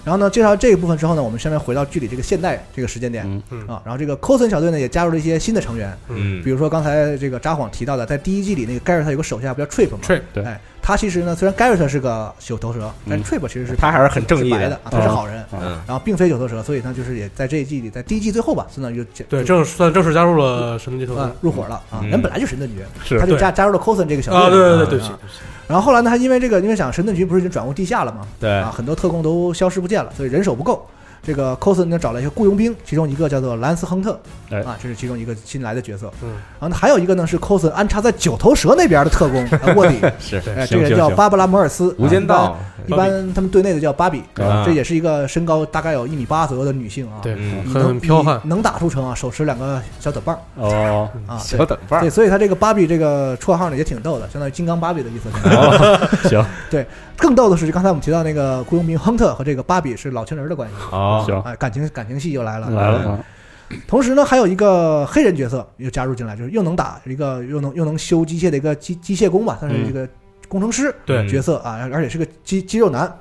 S3: 然后呢，介绍这一部分之后呢，我们下面回到剧里这个现代这个时间点
S1: 嗯
S2: 嗯
S3: 啊，然后这个 c o s o n 小队呢也加入了一些新的成员，
S4: 嗯
S3: 比如说刚才这个札幌提到的，在第一季里那个 Garrett 有个手下不叫 Trip 吗
S2: Trip，
S1: 对
S3: 哎，他其实呢虽然 Garrett 是个九头蛇，但
S1: 嗯
S3: Trip 其实是
S4: 他还是很正义
S3: 是白的
S4: 的
S3: 啊，他是好人，
S4: 嗯，
S3: 然后并非九头蛇，所以呢就是也在这一季里，在第一季最后吧，相当于就
S2: 对，
S3: 就
S2: 正算正式加入了神盾局特工
S3: 啊入伙了啊，
S4: 嗯
S3: 人本来就神盾局，
S1: 是
S3: 他就
S2: 对
S3: 加加入了 c o s o n 这个小队
S2: 啊，对对对
S3: 里
S2: 对
S3: 啊
S2: 对，
S3: 然后后来呢，他因为这个，因为想神盾局不是已经转入地下了嘛，
S4: 对
S3: 啊，很多特工都消失不见了，所以人手不够。这个 Coulson 呢找了一些雇佣兵，其中一个叫做兰斯亨特，
S1: 哎
S3: 啊，这是其中一个新来的角色。
S2: 嗯，
S3: 然后呢还有一个呢是 Coulson 安插在九头蛇那边的特工、啊、卧底，
S4: 是
S3: 哎，这
S4: 行
S3: 个人
S4: 行
S3: 叫
S4: 行
S3: 芭芭拉摩尔斯，
S4: 无间道
S3: 啊。一般一般他们队内的叫芭比，
S4: 啊
S3: 这也是一个身高大概有一米八左右的女性啊，
S2: 对
S4: 嗯，
S3: 你能，
S2: 很彪悍
S3: 你，能打出城啊，手持两个小短棒
S1: 哦，
S4: 嗯
S3: 啊，对
S4: 小等范
S3: 对，
S4: 儿，
S3: 所以他这个芭比这个绰号呢也挺逗的，相当于金刚芭比的意思。
S1: 哦，行
S3: 更逗的是，刚才我们提到那个雇佣兵亨特和这个芭比是老情人的关系，
S4: 哦，
S1: 行，
S3: 哎，感情感情戏又来了。
S1: 来
S3: 嗯
S1: 了，
S3: 同时呢，还有一个黑人角色又加入进来，就是又能打一个又能又能修机械的一个机机械工吧，算是一个工程师
S2: 对
S3: 角色啊，而且是个肌肌肉男，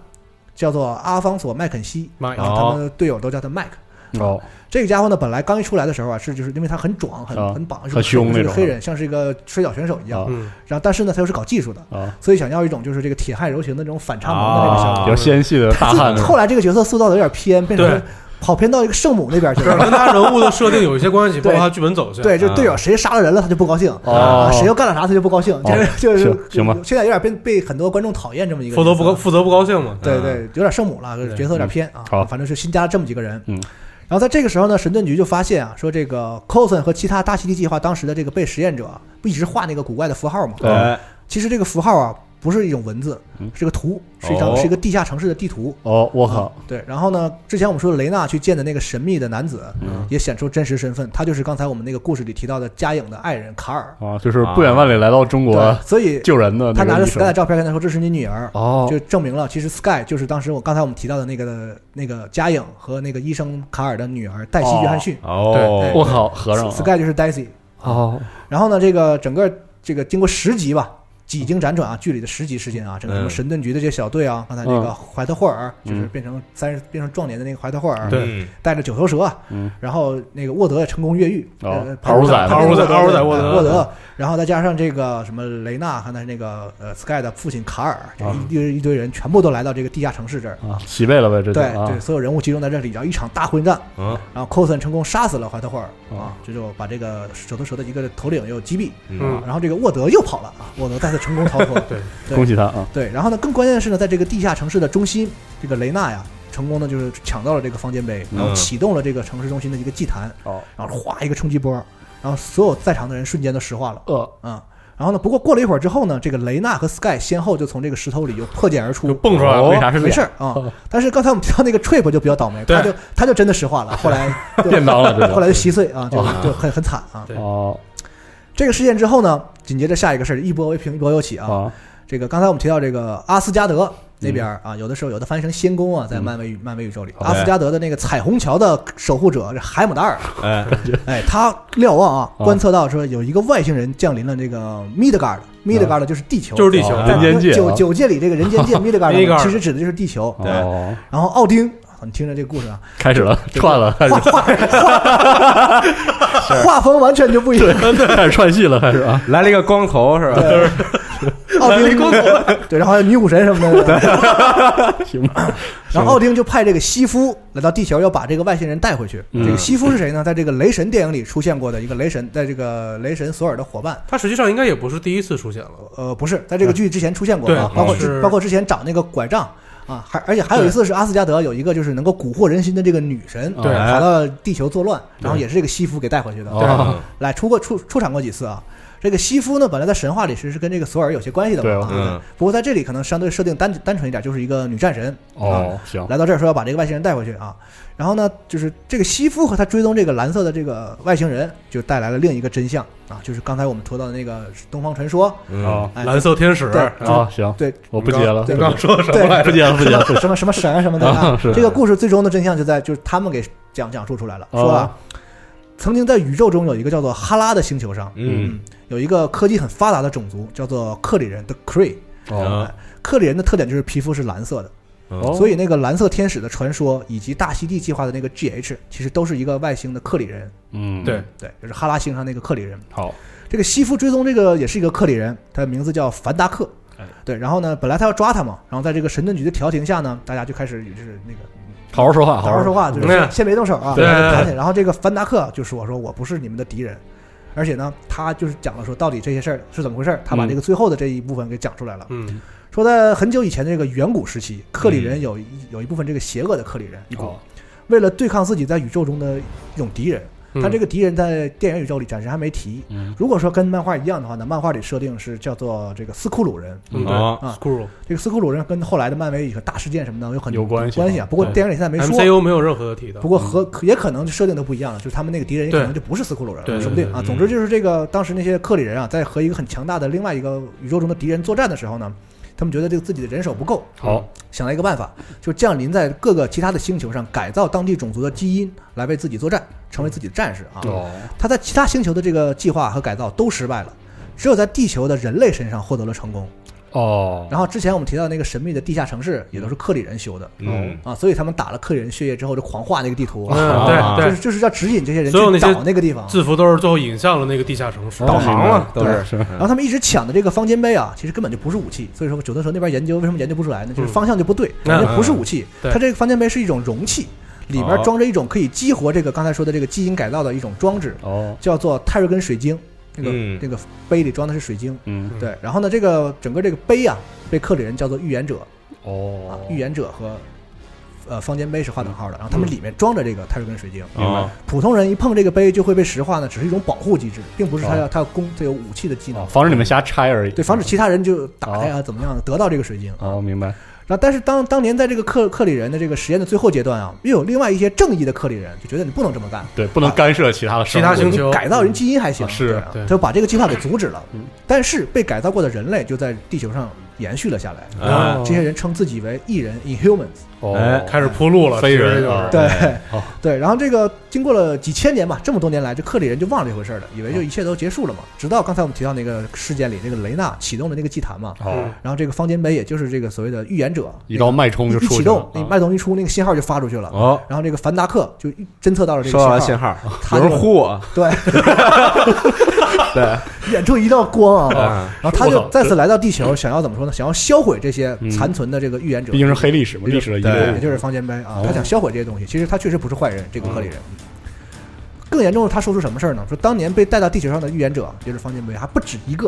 S3: 叫做阿方索麦肯西，
S2: 妈
S3: 然
S2: 呀，
S3: 后他们队友都叫他麦克。
S1: 哦，
S3: 这个家伙呢，本来刚一出来的时候啊，是就是因为他很壮、
S1: 啊
S3: 很很绑、
S1: 很凶那种
S3: 是个黑人，像是一个摔跤选手一样。
S1: 啊
S2: 嗯，
S3: 然后，但是呢，他又是搞技术的，
S1: 啊，
S3: 所以想要一种就是这个铁汉柔情的那种反差萌的那个效果。
S1: 比较纤细的啊大
S3: 啊自
S1: 汉，
S3: 后来这个角色塑造的有点偏，变成
S2: 对
S3: 跑偏到一个圣母那 边去
S2: 是
S3: 了。
S2: 跟他人物的设定有一些关系，包
S3: 对
S2: 括他剧本走向。
S3: 对，就是
S4: 啊
S3: 队友谁杀了人了，他就不高兴；
S1: 哦
S3: 啊谁又干了啥，他就不高兴。就是就是
S1: 行行吧
S3: 现在有点被被很多观众讨厌这么一个
S2: 负
S3: 角色。
S2: 责不高负责不高兴嘛？嗯
S3: 对对，有点圣母了，角色有点偏啊。
S1: 嗯好
S3: 反正就新加了这么几个人。
S1: 嗯。
S3: 然后在这个时候呢，神盾局就发现啊，说这个 Coulson 和其他大西地计划当时的这个被实验者啊不一直画那个古怪的符号吗？
S1: 对
S4: 哎
S3: 其实这个符号啊不是一种文字
S1: 嗯，
S3: 是个图，是一张
S4: 哦
S3: 是一个地下城市的地图。
S1: 哦，我靠，
S3: 对，然后呢，之前我们说雷娜去见的那个神秘的男子，
S1: 嗯
S3: 也显出真实身份，他就是刚才我们那个故事里提到的嘉颖的爱人卡尔。
S1: 啊，就是不远万里来到中国
S3: 嗯对，所以
S1: 救人的
S3: 他
S1: 那
S3: 拿
S1: 个
S3: 着
S1: 医
S3: Sky 的
S1: 生，
S3: 照片跟他说：“这是你女儿。”
S1: 哦，
S3: 就证明了，其实 Sky 就是当时我刚才我们提到的那个那个嘉颖和那个医生卡尔的女儿黛西·约翰逊。
S4: 哦，
S1: 我靠，和尚啊，
S3: Sky 就是 Daisy。
S1: 哦，
S3: 然后呢，这个整个这个经过十集吧，几经辗转啊，剧里的十集时间啊，整个什么
S4: 嗯
S3: 神盾局的这些小队啊，刚才那个怀特霍尔就是
S1: 嗯
S3: 变成三十变成壮年的那个怀特霍尔，
S2: 对
S4: 嗯
S3: 带着九头蛇，啊
S1: 嗯，
S3: 然后那个沃德也成功越狱，
S1: 哦
S3: 呃
S1: 嗷呜仔
S3: 旁边
S2: 嗷呜仔嗷呜仔
S3: 沃
S2: 沃德
S3: 沃德，然后再加上这个什么雷娜和他那个呃 Sky 的父亲卡尔，这
S1: 啊
S3: 一堆一堆人全部都来到这个地下城市这儿，
S1: 啊，齐备了呗，这就
S3: 对
S1: 啊，
S3: 对，所有人物集中在这里，然后一场大混战，
S4: 嗯
S3: 然后 Coulson 成功杀死了怀特霍尔
S1: 啊
S3: 啊，这就把这个手头蛇的一个头领又击毙，
S4: 嗯
S3: 然后这个沃德又跑了啊，沃德再次成功逃脱，
S2: 对
S3: 对
S1: 恭喜他啊，
S3: 对，然后呢，更关键的是呢，在这个地下城市的中心，这个雷娜呀，成功的就是抢到了这个方尖碑，然后
S4: 嗯
S3: 启动了这个城市中心的一个祭坛，
S1: 哦，
S3: 然后哗一个冲击波，然后所有在场的人瞬间都石化了
S1: 呃，
S3: 啊、然后呢，不过过了一会儿之后呢，这个雷娜和 Sky 先后就从这个石头里又破茧而
S2: 就
S3: 出。
S2: 蹦出来
S1: 为
S2: 了，
S1: 啥是哦
S3: 没
S1: 脸
S3: 事儿啊、但是刚才我们提到那个 Trip 就比较倒霉，
S2: 对
S3: 他就他就真的石化了，后来 就
S1: 变当了这个
S3: 后来就稀碎啊，就
S4: 哦
S3: 就很很惨啊。
S2: 对
S1: 哦
S3: 这个事件之后呢，紧接着下一个事儿一波未平一波又起啊，
S1: 啊，
S3: 这个刚才我们提到这个阿斯加
S1: 嗯
S3: 德那边儿啊，有的时候有的翻译成仙宫啊，在漫威宇漫威宇宙里，
S1: 好
S3: 阿斯加德的那个彩虹桥的守护者这海姆达尔，
S4: 哎
S3: 哎，他瞭望啊，
S1: 啊
S3: 观测到说有一个外星人降临了这个 Midgard，Midgard 就是地球，
S2: 就是地球
S4: 哦，
S3: 在
S1: 人间界啊
S3: 九九界里这个人间 界 Midgard
S2: Midgard
S3: 其实指的就是地球。
S4: 对
S1: 哦，
S3: 然后奥丁，你听着这个故事啊，
S1: 开始了，串了，开始
S3: 画画画画风完全就不一样。
S1: 开始串戏了，开始啊，
S4: 来了一个光头是吧？
S3: 对奥丁公主，对，然后还有女武神什么的。
S1: 行吧，
S3: 然后奥丁就派这个西夫来到地球，要把这个外星人带回去。
S1: 嗯
S3: 这个西夫是谁呢？在这个雷神电影里出现过的一个雷神，在这个雷神索尔的伙伴。
S2: 他实际上应该也不是第一次出现了。
S3: 呃，不是，在这个剧之前出现过
S2: 对
S3: 啊，包括
S2: 是
S3: 之包括之前找那个拐杖啊，还而且还有一次是阿斯加德有一个就是能够蛊惑人心的这个女神，
S1: 对
S3: 跑到地球作乱，然后也是这个西夫给带回去的。
S1: 对
S3: 啊来出过出出场过几次啊。这个西夫呢，本来在神话里是是跟这个索尔有些关系的
S1: 对
S3: 嘛，啊
S4: 嗯
S3: 不过在这里可能相对设定单单纯一点，就是一个女战神啊，
S1: 哦，行，
S3: 来到这儿说要把这个外星人带回去啊。然后呢，就是这个西夫和他追踪这个蓝色的这个外星人，就带来了另一个真相啊，就是刚才我们说到的那个东方传说，
S1: 哦，
S2: 嗯
S3: 哎，
S2: 蓝色天使，
S3: 对
S1: 啊，行，
S3: 对，
S1: 我不接了，
S3: 对
S1: 不接了
S2: 说的什
S3: 对
S1: 不接了，不接 了，
S3: 什么什么神啊什么的、啊
S1: 啊 是
S3: 这个故事最终的真相就在就是他们给讲讲述出来了，
S1: 哦
S3: 说啊，曾经在宇宙中有一个叫做哈拉的星球上，
S4: 嗯，
S3: 有一个科技很发达的种族叫做克里人的 Kree。
S1: 哦，
S3: 克里人的特点就是皮肤是蓝色的，
S1: 哦
S3: 所以那个蓝色天使的传说以及大溪地计划的那个 GH，其实都是一个外星的克里人，
S1: 嗯，
S2: 对，
S3: 对，就是哈拉星上那个克里人。
S1: 好，
S3: 这个西夫追踪这个也是一个克里人，他的名字叫凡达克
S1: 哎。
S3: 对，然后呢，本来他要抓他嘛，然后在这个神盾局的调停下呢，大家就开始就是那个
S1: 好好说话，
S3: 好好说话，就是
S2: 对
S3: 先先别动手啊，
S2: 对
S3: 然后就谈起来然后这个凡达克就说：“说我不是你们的敌人，而且呢，他就是讲了说到底这些事儿是怎么回事儿，他把
S1: 嗯
S3: 这个最后的这一部分给讲出来了。
S2: 嗯，
S3: 说在很久以前的这个远古时期，克里人有一有一部分这个邪恶的克里人，
S1: 嗯哦，
S3: 为了对抗自己在宇宙中的一种敌人，
S2: 嗯
S3: 他这个敌人在电影宇宙里暂时还没提。
S1: 嗯，
S3: 如果说跟漫画一样的话呢，漫画里设定是叫做这个斯库鲁人，
S2: 嗯
S4: 哦
S2: 对，Screw
S3: 这个斯库鲁人跟后来的漫威一个大事件什么的有很
S1: 有关系
S3: 关系啊。不过
S1: 对
S3: 电影里现在没说。
S2: MCU 没有任何的提到
S3: 不。过和可也可能设定的不一样了，就是他们那个敌人也可
S2: 对
S3: 能就不是斯库鲁人
S2: 对
S3: 了，
S2: 对
S3: 说不定啊。
S4: 对对
S3: 总之就是这个当时那些克里人啊，在和一个很强大的另外一个宇宙中的敌人作战的时候呢，他们觉得这个自己的人手不够，
S1: 好，
S3: 想到一个办法，就降临在各个其他的星球上，改造当地种族的基因来为自己作战，成为自己的战士啊。
S1: 哦，
S3: 他在其他星球的这个计划和改造都失败了。只有在地球的人类身上获得了成功。
S1: 哦，
S3: 然后之前我们提到那个神秘的地下城市，也都是克里人修的
S4: 嗯，
S3: 啊，所以他们打了克里人血液之后，就狂画那个地图，
S2: 嗯，
S4: 啊
S3: 就
S2: 对
S3: 是就是要指引这些人去
S2: 所有那些
S3: 找那个地方。
S2: 制服都是最后引向了那个地下城
S1: 哦
S2: 市。
S4: 导航嘛，都
S1: 嗯对
S4: 是
S1: 是
S3: 然后他们一直抢的这个方尖碑啊，其实根本就不是武器。所以说，九头蛇那边研究为什么研究不出来呢？就是方向就不对，
S2: 嗯
S3: 人家不是武器。
S2: 嗯哦
S3: 它这个方尖碑是一种容器，里面装着一种可以激活这个刚才说的这个基因改造的一种装置，
S1: 哦，
S3: 叫做泰瑞根水晶。那个
S4: 嗯
S3: 那个杯里装的是水晶。
S1: 嗯，
S3: 对，然后呢，这个整个这个杯啊，被克里人叫做预言者啊
S1: 哦，，
S3: 预言者和呃方尖碑是划等号的。然后他
S2: 嗯
S3: 们里面装着这个泰瑞根水晶。
S1: 明白
S4: 哦
S3: 普通人一碰这个杯就会被石化呢，只是一种保护机制，并不是它要它要攻它有武器的技能
S1: 哦，，防止你们嗯哦瞎拆而已，
S3: 对，防止其他人就打他呀，怎么样的得到这个水晶啊？
S1: 哦，明白，
S3: 然后，但是当当年在这个克克里人的这个实验的最后阶段啊，又有另外一些正义的克里人就觉得你不能这么干，
S1: 对，不能干涉其他的
S2: 其他
S1: 生
S2: 星
S1: 活
S2: 球
S3: 改造人基因还行，
S1: 啊是
S3: 对啊
S2: 对
S3: 他就把这个计划给阻止了
S1: 嗯。
S3: 但是被改造过的人类就在地球上延续了下来，
S4: 哎
S1: 哦
S3: 这些人称自己为异人 （Inhumans）。
S1: 哦
S4: 哎，
S2: 开始铺路了，
S1: 飞人
S2: 直接就
S1: 啊
S2: 是
S3: 对
S1: 好
S3: 对，然后这个经过了几千年吧，这么多年来，这克里人就忘了这回事儿了，以为就一切都结束了嘛。直到刚才我们提到那个事件里，那个雷纳启动的那个祭坛嘛，
S2: 嗯
S1: 哦，
S3: 然后这个方尖碑也就是这个所谓的预言者
S1: 一招脉冲
S3: 一
S1: 就出
S3: 一启
S1: 去
S3: 动
S1: 了，，啊
S3: 那脉动一出，那个信号就发出去了。
S4: 哦，
S3: 然后这个凡达克就侦测到了这
S4: 收到
S3: 个
S4: 了
S3: 信
S4: 信
S3: 号，啊
S4: 号，
S3: 他
S4: 有
S3: 就
S4: 人呼我，
S3: 对，
S4: 对，
S3: 远处一道光啊。
S4: 啊
S3: 然后他
S1: 我
S3: 就
S1: 操
S3: 再次来到地球，想要怎么说呢？想要销毁这些残存的这个预言者，
S1: 毕竟是黑历史嘛，
S3: 也就
S1: 历史的遗
S4: 对
S3: 也
S1: 留。
S3: 就是方尖碑啊
S1: 哦。
S3: 他想销毁这些东西，其实他确实不是坏人，这个克里人。更严重的，他说出什么事儿呢？说当年被带到地球上的预言者，就是方尖碑，还不止一个，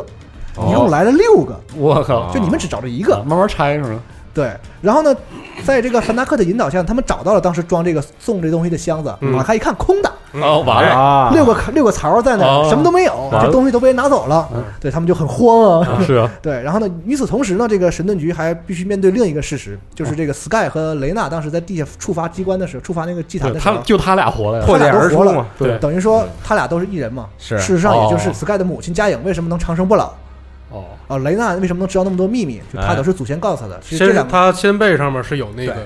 S4: 哦
S3: 一共来了六个，
S1: 我靠，
S3: 就你们只找着一
S1: 一
S3: 个。
S1: 慢慢拆是吗？
S3: 对，然后呢，在这个凡达克的引导下，他们找到了当时装这个送这东西的箱子，
S2: 嗯
S3: 打开一看，空的，
S1: 哦，完了，
S4: 啊，
S3: 六个六个槽在那儿，
S1: 哦
S3: 什么都没有，
S1: 完了
S3: 这东西都被人拿走了
S1: 嗯。
S3: 对他们就很慌啊。
S1: 是啊，
S3: 对，然后呢，与此同时呢，这个神盾局还必须面对另一个事实，就是这个 Sky 和雷娜当时在地下触发机关的时候，触发那个祭坛
S1: 对
S3: 的时
S1: 他
S3: 候。
S1: 就他俩活了呀，
S4: 破茧
S3: 他俩
S4: 而
S3: 都
S4: 出
S3: 活了
S4: 嘛，
S1: 对
S3: 等于说他俩都是艺人嘛，
S4: 是
S3: 事实上也就是
S1: 哦
S3: Sky 的母亲嘉颖为什么能长生不老
S1: 哦，
S3: 啊？雷娜为什么能知道那么多秘密？就她
S4: 哎
S3: 都是祖先告诉她的。其实这
S2: 先是
S3: 两个
S2: 他先辈上面是有那个，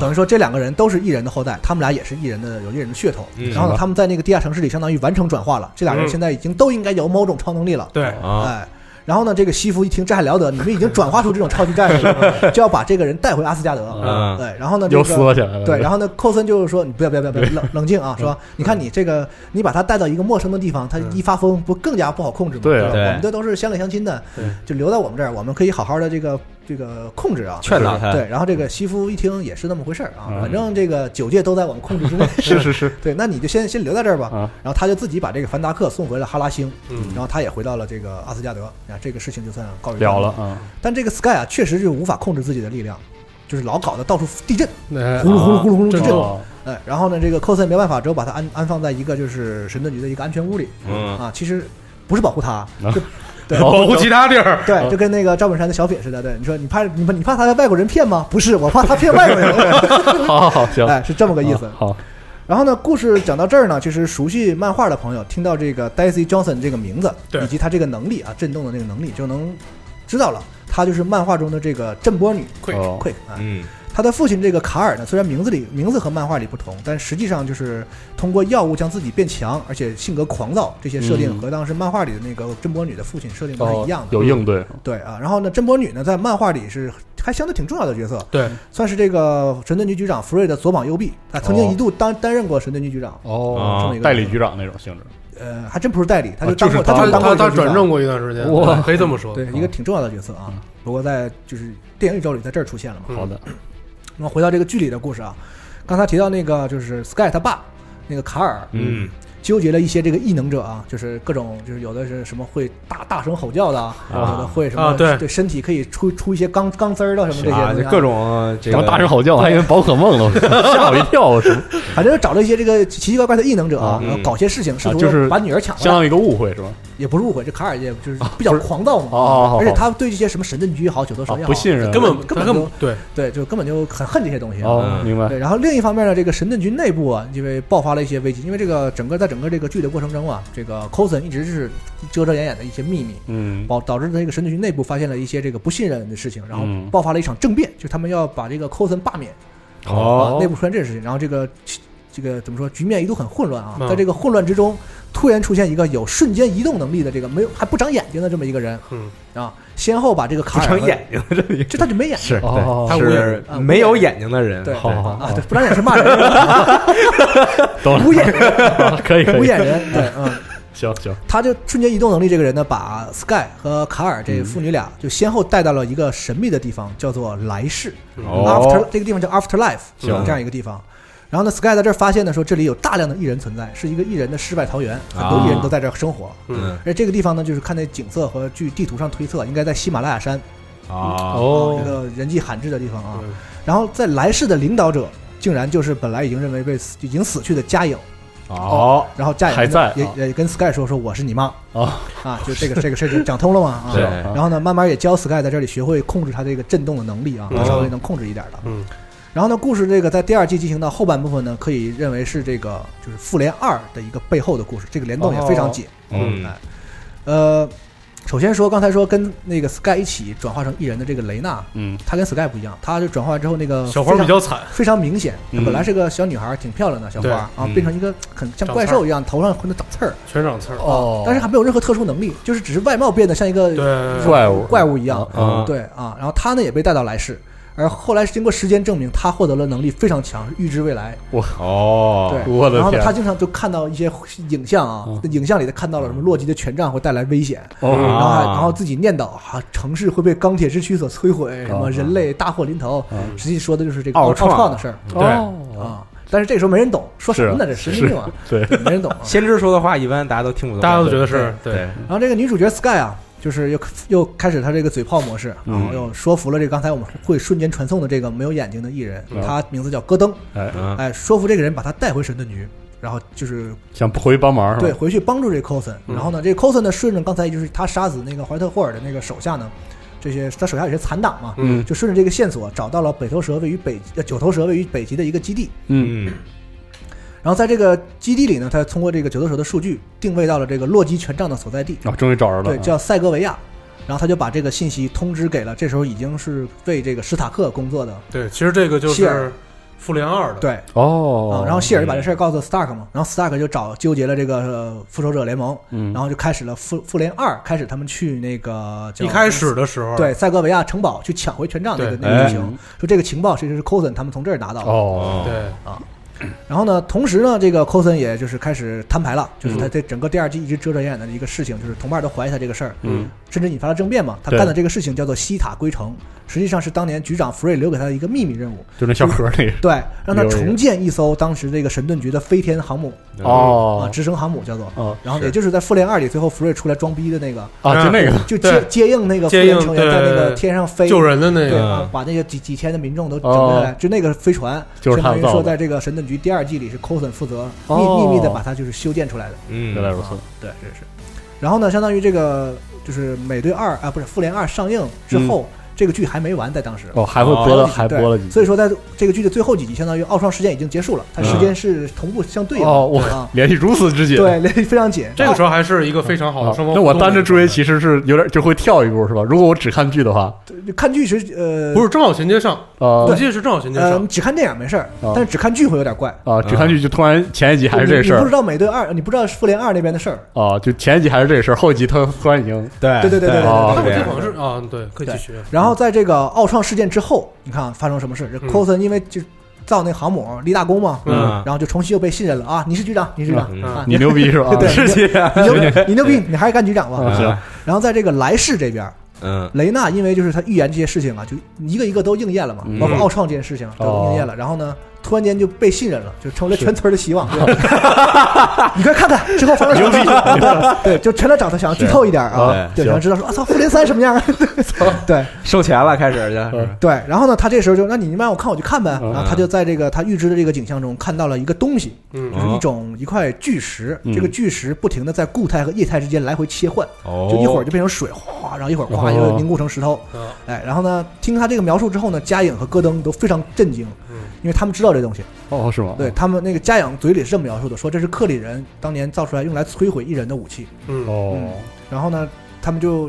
S3: 等于说这两个人都是艺人的后代，他们俩也是艺人的有艺人的血统。
S4: 嗯
S3: 然后
S1: 明
S3: 呢，
S1: 白
S3: 他们在那个地下城市里相当于完成转化了，这俩人
S2: 嗯
S3: 现在已经都应该有某种超能力了。
S1: 哦
S2: 对，
S4: 啊，
S3: 哎，然后呢，这个西服一听这还了得，你们已经转化出这种超级战 士了，就要把这个人带回阿斯加德。
S1: 嗯
S3: 对，然后呢，这
S1: 又
S3: 个
S1: 撕了起来了。
S3: 对，然后呢，寇森就是说，你不要不要不要不要冷冷静啊，
S1: 嗯
S3: 是吧？你看你这个，你把他带到一个陌生的地方，他一发疯，不更加不好控制吗？
S1: 对啊
S3: 是吧
S1: 对
S3: 我们这都是相恋相亲的
S2: 对，
S3: 就留在我们这儿，我们可以好好的这个这个控制啊。
S1: 劝导他，
S3: 对，然后这个西夫一听也是那么回事儿啊
S1: 嗯，
S3: 反正这个九界都在我们控制 之内。
S1: 是是是，
S3: 对，那你就先先留在这儿吧。
S1: 啊
S3: 然后他就自己把这个凡达克送回了哈拉星，
S2: 嗯
S3: 然后他也回到了这个阿斯加德，啊，这个事情就算告一段
S1: 了
S3: 落
S1: 了。啊，
S3: 但这个 Sky 啊，确实是无法控制自己的力量，就是老搞得到处地震，
S2: 那
S1: 哎嗯
S3: 呼噜呼噜呼噜呼噜
S2: 这
S3: 这
S2: 种
S3: 种。
S1: 哦
S3: 哎，然后呢，这个寇森没办法，只有把他安安放在一个就是神盾局的一个安全屋里。
S1: 嗯
S3: 啊，其实不是保护他，
S1: 啊
S3: 就 对
S1: 保护其
S2: 他地 儿，
S3: 对，就跟那个赵本山的小品似的。对，你说你怕你怕你怕他的外国人骗吗？不是，我怕他骗外国 人。
S1: 好好好，行，
S3: 哎，是这么个意思
S1: 啊。好，
S3: 然后呢，故事讲到这儿呢，其实熟悉漫画的朋友听到这个 Daisy Johnson 这个名字，
S2: 对
S3: 以及她这个能力啊，震动的那个能力，就能知道了，她就是漫画中的这个震波女
S2: 溃
S1: 哦
S3: Quick 啊。
S5: 嗯，
S3: 他的父亲这个卡尔呢，虽然名字里名字和漫画里不同，但实际上就是通过药物将自己变强，而且性格狂躁，这些设定
S1: 嗯
S3: 和当时漫画里的那个真波女的父亲设定都是一样
S1: 哦
S3: 的。
S1: 有应对，
S3: 对啊，然后呢，真波女呢在漫画里是还相对挺重要的角色，
S2: 对，
S3: 算是这个神盾局局长福瑞的左膀右臂。啊，曾
S1: 哦
S3: 经一度当、担任过神盾局局长，哦这么一个
S1: 啊代理局长那种性质，
S3: 呃，还真不是代理，他
S1: 啊
S3: 就当
S1: 就是
S3: 过、他
S1: 当
S3: 就当过
S2: 他他
S3: 局长
S2: 转正过一段时间，
S1: 哇
S2: 对可以这么说。
S3: 对一个挺重要的角色啊
S1: 嗯。
S3: 不过在就是电影宇宙里在这儿出现了嘛。
S2: 嗯
S1: 好的，
S3: 那么回到这个剧里的故事啊，刚才提到那个就是 Sky 他爸那个卡尔，
S1: 嗯，
S3: 纠结了一些这个异能者啊，就是各种就是有的是什么会大大声吼叫的啊，有的会什么、
S2: 啊对
S3: 身体可以出出一些钢钢丝儿的什么这些
S5: 啊，
S3: 东西
S5: 就
S3: 啊、
S5: 各种呃这
S1: 什么
S5: 个
S1: 大声吼叫，还以为宝可梦 呢，吓我一跳，什么
S3: 反正找了一些这个奇奇怪怪的异能者啊，
S5: 嗯
S3: 然后搞些事情，试图
S1: 就是
S3: 把女儿抢回
S1: 相
S3: 来，
S1: 当于一个误会是吧？
S3: 也不是误会，这卡尔也就是比较狂躁嘛，
S1: 哦哦哦
S3: 而且他对这些什么神盾局也好，九头
S1: 啊
S3: 蛇也，好，
S1: 不信任，
S2: 根本
S3: 根
S2: 他
S3: 本
S2: 根
S3: 就
S2: 本对
S3: 对，就根本就很恨这些东西啊。
S1: 哦，明白，
S3: 对，然后另一方面呢，这个神盾局内部啊，因为爆发了一些危机，因为这个整个在整个这个剧的过程中啊，这个 Coulson 一直是遮遮掩掩的一些秘密，
S1: 嗯，
S3: 导导致这个神盾局内部发现了一些这个不信任的事情，然后
S1: 嗯
S3: 爆发了一场政变，就是他们要把这个 Coulson 罢免，
S5: 哦
S3: 啊，内部出现这种事情，然后这个这个怎么说，局面一度很混乱啊，
S2: 嗯
S3: 在这个混乱之中，突然出现一个有瞬间移动能力的这个没有还不长眼睛的这么一个人
S2: 嗯，
S3: 啊，先后把这个
S5: 不
S3: 卡尔
S5: 长
S3: 和，
S5: 眼睛的这个
S3: 就他就没眼睛，
S5: 是，
S1: 哦
S5: 对
S2: 他无
S5: 是
S2: 眼
S3: 啊
S5: 没有眼睛的人，
S3: 对，
S1: 好好好
S3: 啊，对，不长眼是 骂人的，
S1: 懂了，
S3: 无眼人，
S1: 可以可
S3: 无
S1: 以，
S3: 眼人，对，嗯。
S1: 行行，
S3: 他就瞬间移动能力这个人呢，把 Sky 和卡尔
S5: 嗯
S3: 这父女俩就先后带到了一个神秘的地方，叫做来世、
S2: 嗯
S5: 哦
S3: （After），这个地方叫 Afterlife，这
S5: 行
S3: 样一个地方。然后呢，Sky 在这儿发现呢，说这里有大量的艺人存在，是一个艺人的世外桃源，很多艺人都在这儿生活。
S5: 嗯
S3: 而这个地方呢，就是看那景色和据地图上推测，应该在喜马拉雅山
S5: 啊，
S1: 哦
S3: 一个人迹罕至的地方啊。
S2: 嗯
S3: 然后在来世的领导者，竟然就是本来已经认为被死已经死去的嘉颖，
S5: 哦，
S3: 然后嘉颖
S1: 还在
S3: 也
S1: 啊
S3: 也跟 Sky 说说我是你妈
S1: 哦
S3: 啊，就这个这个事情讲通了嘛啊。
S5: 对
S1: 啊
S3: 然后呢，慢慢也教 Sky 在这里学会控制他这个震动的能力啊，
S2: 嗯
S3: 他稍微能控制一点了。
S2: 嗯。
S3: 然后呢，故事这个在第二季进行到后半部分呢，可以认为是这个就是《复联二》的一个背后的故事，这个联动也非常紧。
S5: 嗯
S3: 哎，呃，首先说刚才说跟那个 Sky 一起转化成异人的这个雷娜，
S1: 嗯
S3: 她跟 Sky 不一样，她就转化完之后那个
S2: 嗯小花
S3: 非常
S2: 比较惨，
S3: 非常明显，她
S1: 嗯
S3: 本来是个小女孩，挺漂亮的小花
S2: 对
S3: 啊，
S5: 嗯
S3: 变成一个很像
S2: 长
S3: 怪
S2: 刺儿
S3: 兽一样，头上混着长刺儿，啊
S2: 全长刺儿。
S1: 哦
S3: 但是还没有任何特殊能力，就是只是外貌变得像一个
S2: 对对，对
S1: 怪物
S3: 怪物一样。
S1: 啊，
S3: 对啊，然后他呢也被带到来世，而后来经过时间证明，他获得了能力非常强，预知未来。对
S5: 哦，，
S1: 我的
S3: 然后呢，
S1: 天
S3: 他经常就看到一些影像啊，
S1: 嗯
S3: 那影像里头看到了什么洛基的权杖会带来危险，
S1: 哦
S3: 然后还然后
S5: 啊，
S3: 自己念叨啊，城市会被钢铁之躯所摧毁，什
S1: 啊
S3: 么人类大祸临头，
S1: 嗯
S3: 实际说的就是这个
S5: 奥
S3: 奥
S5: 创
S3: 创的事儿
S1: 哦，
S3: 啊。但是这个时候没人懂，说什么呢？这
S1: 是
S3: 神
S1: 啊
S3: 经病啊！
S1: 对，
S3: 对没人懂啊。
S5: 先知说的话一般大家都听不懂，
S2: 大家都觉得是
S5: 对
S2: 对，
S3: 然后这个女主角 Sky 啊，就是又又开始她这个嘴炮模式，然后又说服了这个刚才我们会瞬间传送的这个没有眼睛的艺人，
S1: 嗯
S3: 他名字叫戈登，
S1: 哎，
S5: 嗯
S3: 哎，说服这个人把他带回神盾局。然后就是
S1: 想回去帮忙是
S3: 对
S1: 吧？
S3: 回去帮助这个 Coulson，
S2: 嗯
S3: 然后呢，这个 Coulson 呢顺着刚才就是他杀死那个怀特霍尔的那个手下呢，这些他手下有些残党嘛，
S1: 嗯
S3: 就顺着这个线索找到了北头蛇位于北呃九头蛇位于北极的一个基地，
S1: 嗯
S5: 嗯
S3: 然后在这个基地里呢，他通过这个九头蛇的数据定位到了这个洛基权杖的所在地，
S1: 啊，终于找着了，
S3: 对，叫塞戈维亚。然后他就把这个信息通知给了这时候已经是为这个史塔克工作的
S2: 对，其实这个就
S3: 谢尔
S2: 是复联二的，
S3: 对，
S4: 哦
S3: 啊，然后谢尔把这事儿告诉 Stark 嘛，然后 Stark 就找纠结了这个呃复仇者联盟，
S1: 嗯
S3: 然后就开始了复复联二，开始他们去那个叫
S2: 一开始的时候，
S3: 对塞戈维亚城堡去抢回权杖那个
S2: 对
S3: 那个剧
S1: 哎
S3: 情，说这个情报其实是 Coulson 他们从这儿拿到的。
S4: 哦，
S2: 对，
S3: 然后呢，同时呢，这个 Coulson 也就是开始摊牌了，就是他这整个第二季一直遮遮掩掩的一个事情，就是同伴都怀疑他这个事儿，
S1: 嗯，
S3: 甚至引发了政变嘛。他
S1: 对
S3: 干的这个事情叫做西塔归城，实际上是当年局长福瑞留给他的一个秘密任务，
S1: 就那小盒那个，
S3: 对，让他
S1: 留着
S3: 重建一艘当时这个神盾局的飞天航母。啊，
S4: 哦，
S3: 直升航母叫做。
S4: 哦
S3: 然后也就是在复联二里，最后福瑞出来装逼的那个，
S1: 啊，就那个，
S3: 就
S2: 对
S3: 接接应那个复
S2: 接应
S3: 联成员在那个
S2: 对
S3: 天上飞
S2: 救人的那
S3: 对
S2: 个，
S3: 啊，把那个几几千的民众都整下来，就那个飞船，
S1: 就是
S3: 相当于
S1: 他造的
S3: 说在这个神盾局第二季里是 Coulson 负责秘
S4: 哦
S3: 秘密的把它就是修建出来的。
S5: 嗯
S1: 原来如此，
S3: 对，这是。然后呢，相当于这个就是美队二啊，不是复联二上映之后，这个剧还没完，在当时。
S1: 嗯哦，还会播了，还
S3: 对
S1: 播了几集，
S3: 所以说，在这个剧的最后几集，相当于奥创事件已经结束了，它时间是同步相对应的。
S1: 哦，我
S3: 啊，
S1: 联系如此之紧，
S3: 对， 联系非常啊紧。
S2: 这个时候还是一个非常好的
S1: 啊
S2: 哦双方互
S1: 那
S2: 动
S1: 我
S2: 的状态。
S1: 单着追其实是有点就会跳一步是吧？如果我只看剧的话，
S3: 看剧其实呃
S2: 不是正好衔接上，
S1: 啊
S2: 我记得是正好衔接
S3: 呃
S2: 上，
S3: 只看电影没事儿
S1: 啊，
S3: 但是只看剧会有点怪。
S1: 啊，只看剧就突然前一集还是
S3: 你
S1: 这事
S3: 你不知
S1: 儿
S3: 道美队二，你不知道复联二那边的事儿。
S1: 啊，就前一集还是这事儿，后一集他突然已经
S5: 对
S3: 对对对对对
S1: 哦
S2: 但我
S5: 对
S2: 记得
S5: 嗯对
S2: 好像是啊，对，可以继续。
S3: 然后在这个奥创事件之后，你看发生什么事？这
S2: 嗯
S3: Coulson 因为就造那航母立大功嘛，
S5: 嗯
S1: 啊
S3: 然后就重新又被信任了啊！你是 局长，你是局长
S5: 嗯
S3: 啊，
S1: 你牛逼是吧？啊
S3: 对
S1: 是
S5: 这样，
S3: 你牛你牛逼，你还是干局长
S1: 啊
S3: 吧。
S1: 行
S3: 然后在这个来世这边，
S5: 嗯
S3: 雷娜因为就是她预言这些事情啊，就一个一个都应验了嘛
S1: 嗯，
S3: 包括奥创这件事情都应验了。然后呢，突然间就被信任了，就成为了全村的希望。 你快看看之后发生什么？对，就全来找他，想剧透一点啊，
S5: 对
S3: 对，想知道说啊操，复联三什么 样啊？对
S5: 收钱了，开始就
S3: 对。然后呢，他这时候就那你让我看我就看呗。
S1: 嗯
S3: 然后他就在这个他预知的这个景象中看到了一个东西，
S2: 嗯
S3: 就是一种一块巨石，
S1: 哦嗯
S3: 这个巨石不停的在固态和液态之间来回切换。
S5: 哦
S3: 就一会儿就变成水，哗，然后一会儿哗
S1: 哦
S3: 又凝固成石头
S2: 嗯。
S3: 哎，然后呢，听他这个描述之后呢，嘉颖和戈登都非常震惊，
S2: 嗯
S3: 因为他们知道这东西。
S1: 哦是吗？
S3: 对他们那个嘉颖嘴里是这么描述的，说这是克里人当年造出来用来摧毁异人的武器。
S2: 嗯
S1: 哦
S3: 然后呢，他们就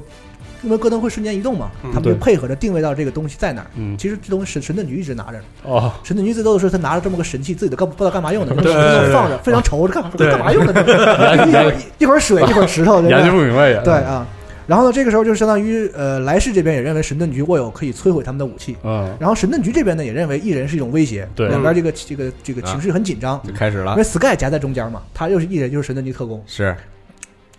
S3: 因为戈登会瞬间移动嘛，
S2: 嗯
S3: 他们
S1: 对
S3: 就配合着定位到这个东西在哪儿。
S1: 嗯
S3: 其实这东西神神盾局一直拿着呢，
S1: 哦
S3: 神盾局最多的是他拿着这么个神器，自己都干不知道干嘛 用的，
S2: 对对对
S3: 哦放着非常愁，这干
S1: 哦
S2: 对
S3: 干嘛用的？一会儿一会 儿水，一会儿石头，
S1: 研究不明白也
S3: 对啊，然后呢，这个时候就相当于呃，莱世这边也认为神盾局握有可以摧毁他们的武器，
S1: 嗯
S3: 然后神盾局这边呢也认为异人是一种威胁，
S1: 对嗯啊
S3: 两边这个这个这个情绪很紧张，
S5: 就开始
S3: 因
S5: 了
S3: 为，Sky 夹在中间嘛，他又是异人又是神盾局特工，
S5: 是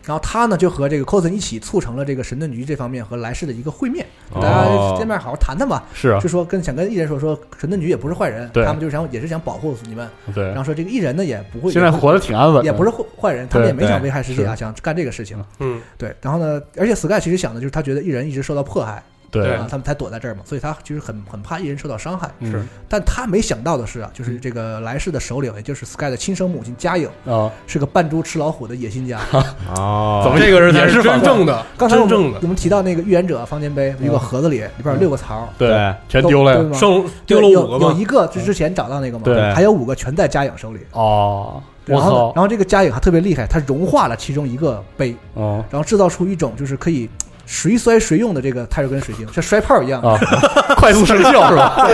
S3: 然后他呢就和这个 Coulson 一起促成了这个神盾局这方面和莱世的一个会面，
S5: 哦
S3: 大家见面好好谈谈吧，
S1: 是啊
S3: 就说跟想跟异人说说神盾局也不是坏人，
S1: 对
S3: 他们就是想也是想保护你们，
S1: 对
S3: 然后说这个异人呢也不会
S1: 现在活得挺安稳的
S3: 也不是坏坏人，他们
S1: 对
S3: 也没想
S5: 对
S3: 危害世界啊，
S1: 是
S3: 想干这个事情。
S2: 嗯，
S3: 对，然后呢，而且 Sky 其实想的就是他觉得异人一直受到迫害，
S1: 对
S3: 啊，他们才躲在这儿嘛，所以他其实很很怕异人受到伤害。
S1: 嗯
S3: 但他没想到的是啊，就是这个来世的首领，也就是 Sky 的亲生母亲嘉颖，
S1: 啊
S3: 是个扮猪吃老虎的野心家。
S5: 哦
S1: 怎么
S2: 这个人才
S1: 也是
S2: 真
S1: 反
S2: 正的，
S3: 刚才我
S2: 啊真
S3: 们
S2: 正的
S3: 我们提到那个预言者方尖碑，有一
S1: 嗯
S3: 个盒子里，里边有六个槽，
S1: 对
S5: 对
S1: 全
S3: 都
S1: 丢了
S3: 对
S1: 呀
S3: 吗
S2: 剩丢嗯了
S3: 对有
S2: 五个嗯
S3: 有
S2: 嘛，
S3: 一个之之前找到那个嘛，
S1: 对
S3: 还有五个全在嘉颖手里。
S1: 哦我
S3: 然后呢，
S1: 操
S3: 然后这个嘉颖还特别厉害，她融化了其中一个杯，
S1: 哦
S3: 然后制造出一种就是可以谁摔谁用的这个泰瑞根水晶，像摔炮一样，
S1: 啊快速生效是吧？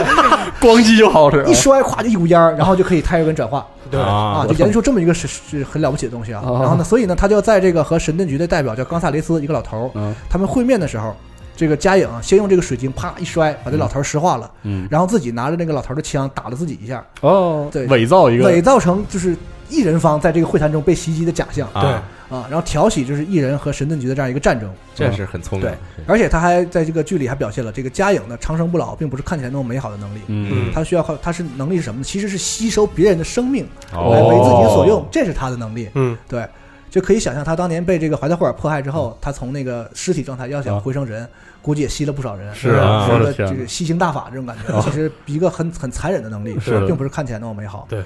S1: 光机就好使
S3: 一摔，咵就一股烟儿，然后就可以泰瑞根转化
S2: 对
S3: 啊，
S5: 啊
S3: 就研究出这么一个是是很了不起的东西啊。
S1: 哦
S3: 然后呢，所以呢，他就在这个和神盾局的代表叫冈萨雷斯一个老头
S1: 嗯
S3: 儿，他们会面的时候，这个嘉颖啊先用这个水晶啪一摔，把这老头儿石化了，
S1: 嗯
S3: 然后自己拿着那个老头儿的枪打了自己一下，
S1: 哦
S3: 对
S1: 伪造一个
S3: 伪造成就是一人方在这个会谈中被袭击的假象
S2: 对
S5: 啊，
S3: 啊，然后挑起就是一人和神盾局的这样一个战争。
S5: 这是很聪明，是
S3: 而且他还在这个剧里还表现了这个嘉颖的长生不老，并不是看起来那么美好的能力。
S1: 嗯
S2: 嗯
S3: 他需要靠，他是能力是什么呢？其实是吸收别人的生命
S5: 哦
S3: 来为自己所用，这是他的能力。
S2: 嗯
S3: 对，就可以想象他当年被这个怀特霍尔迫害之后，他从那个尸体状态要想
S1: 啊
S3: 回生人，估计也吸了不少人。
S1: 是
S5: 啊
S3: 说
S1: 我
S3: 的
S1: 的天
S3: 这个吸星大法这种感觉，
S1: 啊
S3: 其实一个很很残忍的能力，
S1: 是的
S3: 并不是看起来那么美好。
S2: 对。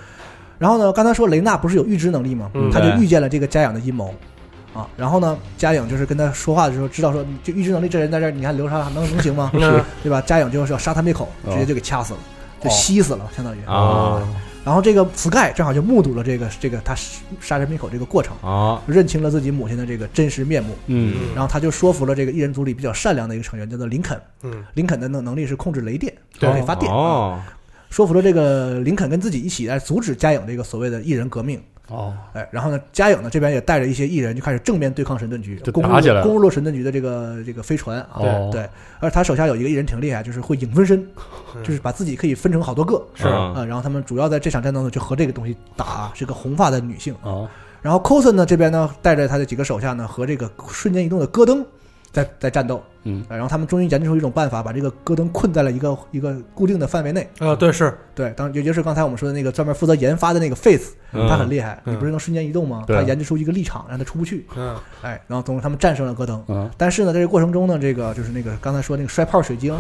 S3: 然后呢，刚才说雷娜不是有预知能力吗？
S2: 嗯
S3: 他就
S5: 对
S3: 遇见了这个嘉颖的阴谋。啊，然后呢，嘉颖就是跟他说话的时候，知道说，就预知能力这人在这儿，你还留啥能能行吗？
S2: 那
S3: 对吧？嘉颖就是要杀他灭口，
S1: 哦
S3: 直接就给掐死了，就
S1: 哦
S3: 吸死了，相当于。
S5: 啊
S3: 然后这个 Sky 正好就目睹了这个这个他杀人灭口这个过程，
S5: 啊
S3: 认清了自己母亲的这个真实面目，
S1: 嗯
S3: 然后他就说服了这个异人族里比较善良的一个成员，叫做林肯。
S2: 嗯
S3: 林肯的能能力是控制雷电，
S2: 对
S3: 可以发电。
S5: 哦
S3: 说服了这个林肯跟自己一起来阻止加影这个所谓的艺人革命。
S1: 哦，
S3: 哎，然后呢，加影呢这边也带着一些艺人就开始正面对抗神盾局，
S1: 就
S3: 攻
S1: 打起来
S3: 入
S1: 了
S3: 攻入了神盾局的这个这个飞船啊。
S1: 哦
S3: 对，而他手下有一个艺人挺厉害，就是会影分身，
S2: 嗯
S3: 就是把自己可以分成好多个。
S1: 嗯是
S5: 嗯
S3: 啊、然后他们主要在这场战斗呢就和这个东西打，是个红发的女性。
S1: 哦，
S3: 然后 Coulson 呢这边呢带着他的几个手下呢和这个瞬间移动的戈登在在战斗。
S1: 嗯
S3: 啊，然后他们终于研制出一种办法，把这个戈登困在了一个一个固定的范围内。
S2: 啊，对，是
S3: 对，当也就是刚才我们说的那个专门负责研发的那个 Face，、
S5: 嗯
S3: 他很厉害，
S2: 嗯
S3: 你不是能瞬间移动吗？
S1: 对啊
S3: 他研制出一个立场，让他出不去。
S2: 嗯，
S3: 哎，然后总之他们战胜了戈登。
S1: 嗯，
S3: 但是呢，在这个过程中呢，这个就是那个刚才说那个摔炮水晶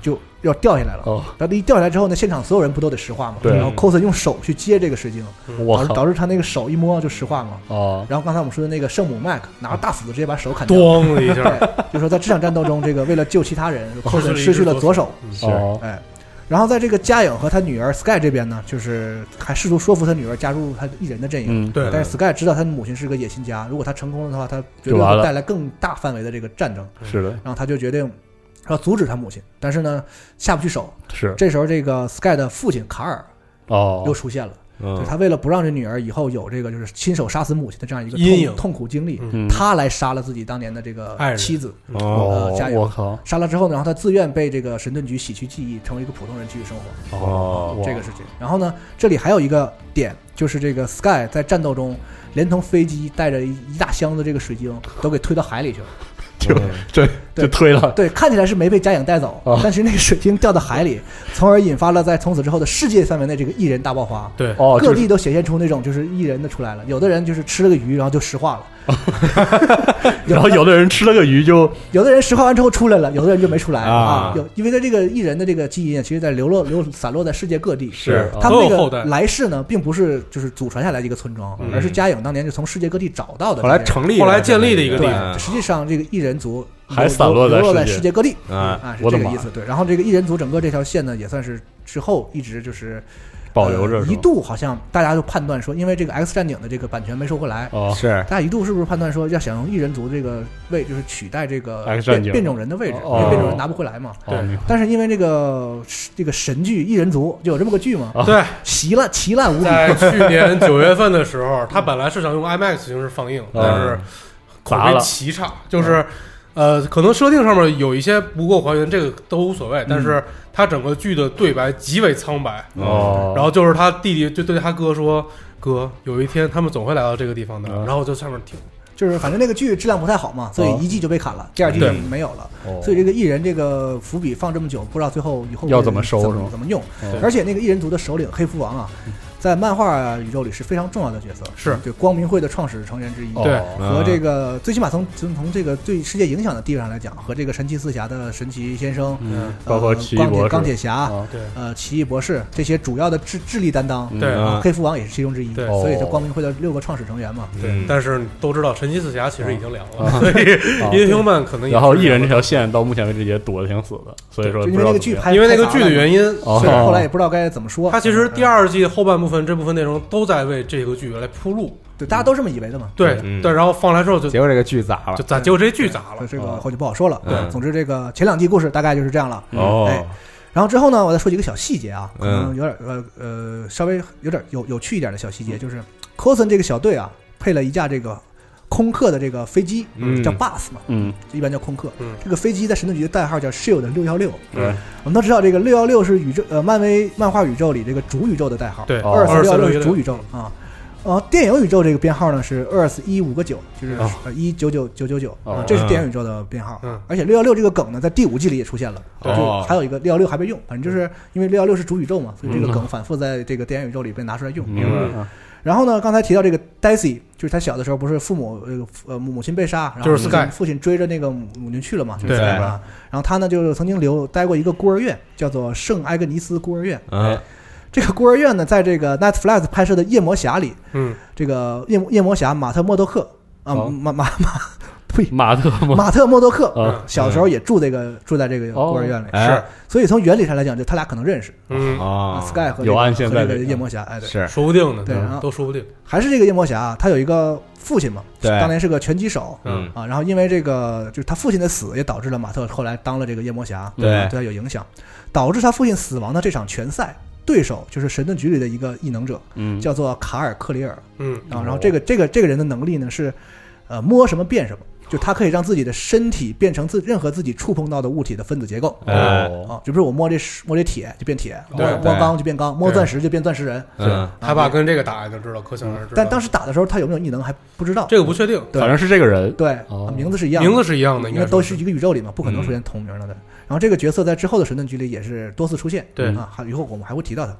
S3: 就要掉下来了。
S1: 嗯哦，
S3: 然后一掉下来之后呢，现场所有人不都得石化吗？
S1: 对
S3: 然后 cos 用手去接这个水晶，
S1: 我
S3: 导致
S1: 靠，
S3: 导致他那个手一摸就石化嘛。
S1: 哦，
S3: 然后刚才我们说的那个圣母麦克拿着大斧子直接把手砍掉。
S2: 咣嗯的一下，
S3: 对，就说在这场战斗中，这个为了救其他人，cos
S2: 失去了一只
S3: 失去了
S2: 左
S3: 左手。
S5: 是
S1: 哦，
S3: 哎，然后在这个嘉颖和他女儿 Sky 这边呢，就是还试图说服他女儿加入他艺人的阵营。
S1: 嗯，
S2: 对，
S3: 但是 Sky 知道他母亲是个野心家，如果他成功了的话，他绝
S1: 就
S3: 对
S1: 完了
S3: 会带来更大范围的这个战争。
S1: 是的，
S3: 然后他就决定要阻止他母亲，但是呢下不去手。
S1: 是
S3: 这时候，这个 Sky 的父亲卡尔
S1: 哦
S3: 又，出现了，就是
S5: 嗯，
S3: 他为了不让这女儿以后有这个就是亲手杀死母亲的这样一个痛
S2: 阴影
S3: 痛苦经历，
S2: 嗯
S1: 嗯，
S3: 他来杀了自己当年的这
S2: 爱
S3: 个
S2: 人
S3: 妻子。
S5: 哦
S1: 哦
S3: 呃加，油
S1: 我靠，
S3: 杀了之后呢，然后他自愿被这个神盾局洗去记忆，成为一个普通人继续生活。
S5: 哦
S1: 哇
S3: 这个是这个。然后呢，这里还有一个点，就是这个 Sky 在战斗中，连同飞机带着一一大箱子这个水晶都给推到海 里去了。
S1: 就这
S3: 对
S1: 就推了，
S3: 对，看起来是没被嘉颖带走
S1: 哦，
S3: 但是那个水晶掉到海里，从而引发了在从此之后的世界范围内这个艺人大爆发。
S2: 对，
S1: 哦，
S3: 各
S1: 就是
S3: 地都显现出那种就是艺人的出来了，有的人就是吃了个鱼，然后就石化了，
S1: 然后有的人吃了个鱼就
S3: 有的人石化完之后出来了，有的人就没出来
S5: 啊
S3: 有因为他这个艺人的这个基因啊，其实在流落流散落在世界各地，
S1: 是啊
S3: 他们
S2: 都有
S3: 那
S2: 后
S3: 个
S2: 代
S3: 来世呢，并不是就是祖传下来的一个村庄，
S5: 嗯
S3: 而是嘉颖当年就从世界各地找到的这
S5: 后
S3: 样。
S5: 来成立了，
S2: 后来建立的一个
S3: 对
S2: 地方，
S3: 实际上这个艺人族
S1: 还
S3: 流
S1: 散落在
S3: 流落在
S1: 世界
S3: 世界各地
S5: 啊，
S3: 啊，是
S1: 我的
S3: 这个
S1: 妈
S3: 意思。对，然后这个艺人族整个这条线呢，也算是之后一直就是
S1: 保留着
S3: 呃
S1: 是
S3: 一
S1: 吗
S3: 度好像大家就判断说，因为这个 X 战警的这个版权没收回来。
S1: 哦，
S5: 是
S3: 大家一度是不是判断说要想用异人族这个位，就是取代这个
S1: X 战
S3: 变
S1: 警
S3: 变种人的位置，因
S1: 哦
S3: 为变种人拿不回来嘛。
S1: 哦明白
S3: 但是因为这个这个神剧《异人族》就有这么个剧
S1: 哦
S3: 嘛，
S2: 对，
S3: 奇烂奇烂无比，
S2: 在去年九月份的时候，他本来是想用 IMAX 形式放映，但是口
S1: 砸了
S2: 碑奇差，就是。呃，可能设定上面有一些不够还原，这个都无所谓。但是他整个剧的对白极为苍白，
S3: 嗯
S1: 哦，
S2: 然后就是他弟弟就对他哥说：“哥，有一天他们总会来到这个地方的。
S1: 嗯
S2: 然后我就上面听，
S3: 就是反正那个剧质量不太好嘛，所以一季就被砍了，第二季就
S2: 对
S3: 没有了。
S1: 哦
S3: 所以这个艺人这个伏笔放这么久，不知道最后以后
S1: 要怎么收
S3: 怎
S1: 是哦嗯
S3: 么
S1: 吗
S3: 怎么用
S1: 对。
S3: 而且那个艺人族的首领黑蝠王啊，在漫画宇宙里是非常重要的角色，
S2: 是
S3: 对光明会的创始成员之一。
S1: 哦
S2: 对
S3: 和这
S1: 啊
S3: 个最起码从从从这个对世界影响的地位上来讲，和这个神奇四侠的神奇先生，
S1: 嗯
S3: 呃
S1: 包括奇异
S3: 钢
S1: 博
S3: 铁
S1: 士
S3: 钢铁侠，
S1: 啊
S2: 对
S3: 呃奇异博士这些主要的智智力担当，
S2: 对
S5: 嗯
S3: 黑蝠王也是其中之一。
S2: 对
S3: 所以
S1: 哦
S3: 这光明会的六个创始成员嘛，
S2: 对。
S5: 嗯
S2: 但是都知道神奇四侠其实已经凉了，
S1: 啊
S2: 所
S1: 啊
S2: 以 英雄们可能也
S1: 然后
S2: 是
S1: 艺人这
S2: 凉
S1: 条线到目前为止也躲得挺死的，所以说
S3: 就
S1: 不
S3: 因
S1: 知
S3: 为
S1: 道怎
S3: 那个
S1: 么
S3: 剧
S1: 样
S3: 拍，
S2: 了因为那
S3: 太
S2: 个
S3: 杂
S2: 剧
S3: 了
S2: 的
S3: 嘛
S2: 原因，
S1: 哦
S3: 是，后来也不知道该怎么说。
S2: 他其实第二季后半部分这部分内容都在为这个剧来铺路。
S3: 对大家都这么以为的嘛。
S2: 对
S5: 嗯
S2: 对，然后放来之后就
S5: 结果这个剧砸了
S2: 就，
S1: 嗯
S2: 咋结果这剧砸
S3: 嗯所
S2: 了啊
S3: 以，这个
S1: 哦
S3: 后就不好说了。
S5: 嗯
S3: 总之这个前两季故事大概就是这样
S2: 嗯
S3: 了。
S5: 哦
S3: 哎然后之后呢，我再说几个小细节啊，可能
S5: 嗯
S3: 有点呃呃稍微有点有有趣一点的小细节，就是 Coulson 这个小队啊，配了一架这个空客的这个飞机，
S5: 嗯
S3: 叫 Bus 嘛，
S1: 嗯，
S3: 一般叫空客。
S2: 嗯
S3: 这个飞机在神盾局的代号叫 Shield 六幺六。
S1: 对，
S3: 我们都知道这个六幺六是宇宙呃漫威漫画宇宙里这个主宇宙的代号，
S2: 对，
S1: 哦
S3: 二四
S2: 四六
S3: 六六
S2: 一
S3: 是主宇宙啊。呃，电影宇宙这个编号呢是二四一五个九，就是呃
S1: 哦
S3: 一九九九九九啊
S1: 哦，
S3: 这是电影宇宙的编号。
S2: 嗯
S3: 而且六幺六这个梗呢，在第五季里也出现了，
S2: 对
S3: 就
S5: 哦
S3: 还有一个六幺六还被用，反正就是因为六幺六是主宇宙嘛，所以这
S1: 嗯
S3: 个梗反复在这个电影宇宙里被拿出来用。
S1: 明白了，
S3: 然后呢，刚才提到这个 Daisy，就是他小的时候不是父母呃呃母亲被杀，然
S2: 就是
S3: 后父亲
S2: Sky
S3: 父亲追着那个母母亲去了嘛，就是
S2: 对
S3: 这样啊。然后他呢就是曾经留待过一个孤儿院，叫做圣埃格尼斯孤儿院。
S5: 嗯
S3: 这个孤儿院呢，在这个 Netflix 拍摄的《夜魔侠》里，
S2: 嗯，
S3: 这个夜魔夜魔侠马特默多克啊，
S1: 哦
S3: 马马马，呸，
S1: 马特吗？
S3: 马特默多克
S1: 啊，
S3: 小时候也住这个住在这个
S1: 哦
S3: 孤儿院里，
S5: 哎
S2: 是，
S3: 所以从原理上来讲，就他俩可能认识
S2: 嗯，
S5: 啊
S3: 啊，Sky 和这
S1: 哦有
S3: 个
S1: 暗线
S3: 和
S1: 在
S3: 这个
S1: 里
S3: 夜魔侠，哎，对，
S5: 是
S2: 说不定呢，
S3: 对然后
S2: 都说不定。
S3: 还是这个夜魔侠，他有一个父亲嘛，
S5: 对
S3: 当年是个拳击手
S5: 嗯
S3: 啊，然后因为这个就是他父亲的死，也导致了马特后来当了这个夜魔侠，
S5: 对
S3: 对他有影响，导致他父亲死亡的这场拳赛对手就是神盾局里的一个异能者，
S1: 嗯，
S3: 叫做卡尔克里尔
S2: 嗯
S3: 啊。然后这个这个这个人的能力呢是，呃，摸什么变什么，就他可以让自己的身体变成自任何自己触碰到的物体的分子结构。
S1: 哎
S3: 啊，就比如我摸这石摸这铁就变铁，摸
S2: 对
S3: 摸钢就变钢，摸
S2: 对
S3: 钻石就变钻石人。
S5: 嗯，
S2: 他爸跟这个打就知道，可想而知。
S3: 嗯但当
S2: 时
S3: 时打的时候，他有没有异能还不知道。
S2: 这个不确定，
S3: 对
S1: 反正是这个人，
S3: 对啊
S1: 哦
S3: 名字是一样的，
S2: 名字是一样的，应
S3: 因
S2: 该
S3: 为都
S2: 是
S3: 是一个宇宙里嘛，不可能出现同名的。对。然后这个角色在之后的神盾局里也是多次出现，
S2: 对
S3: 啊，还以后我们还会提到他。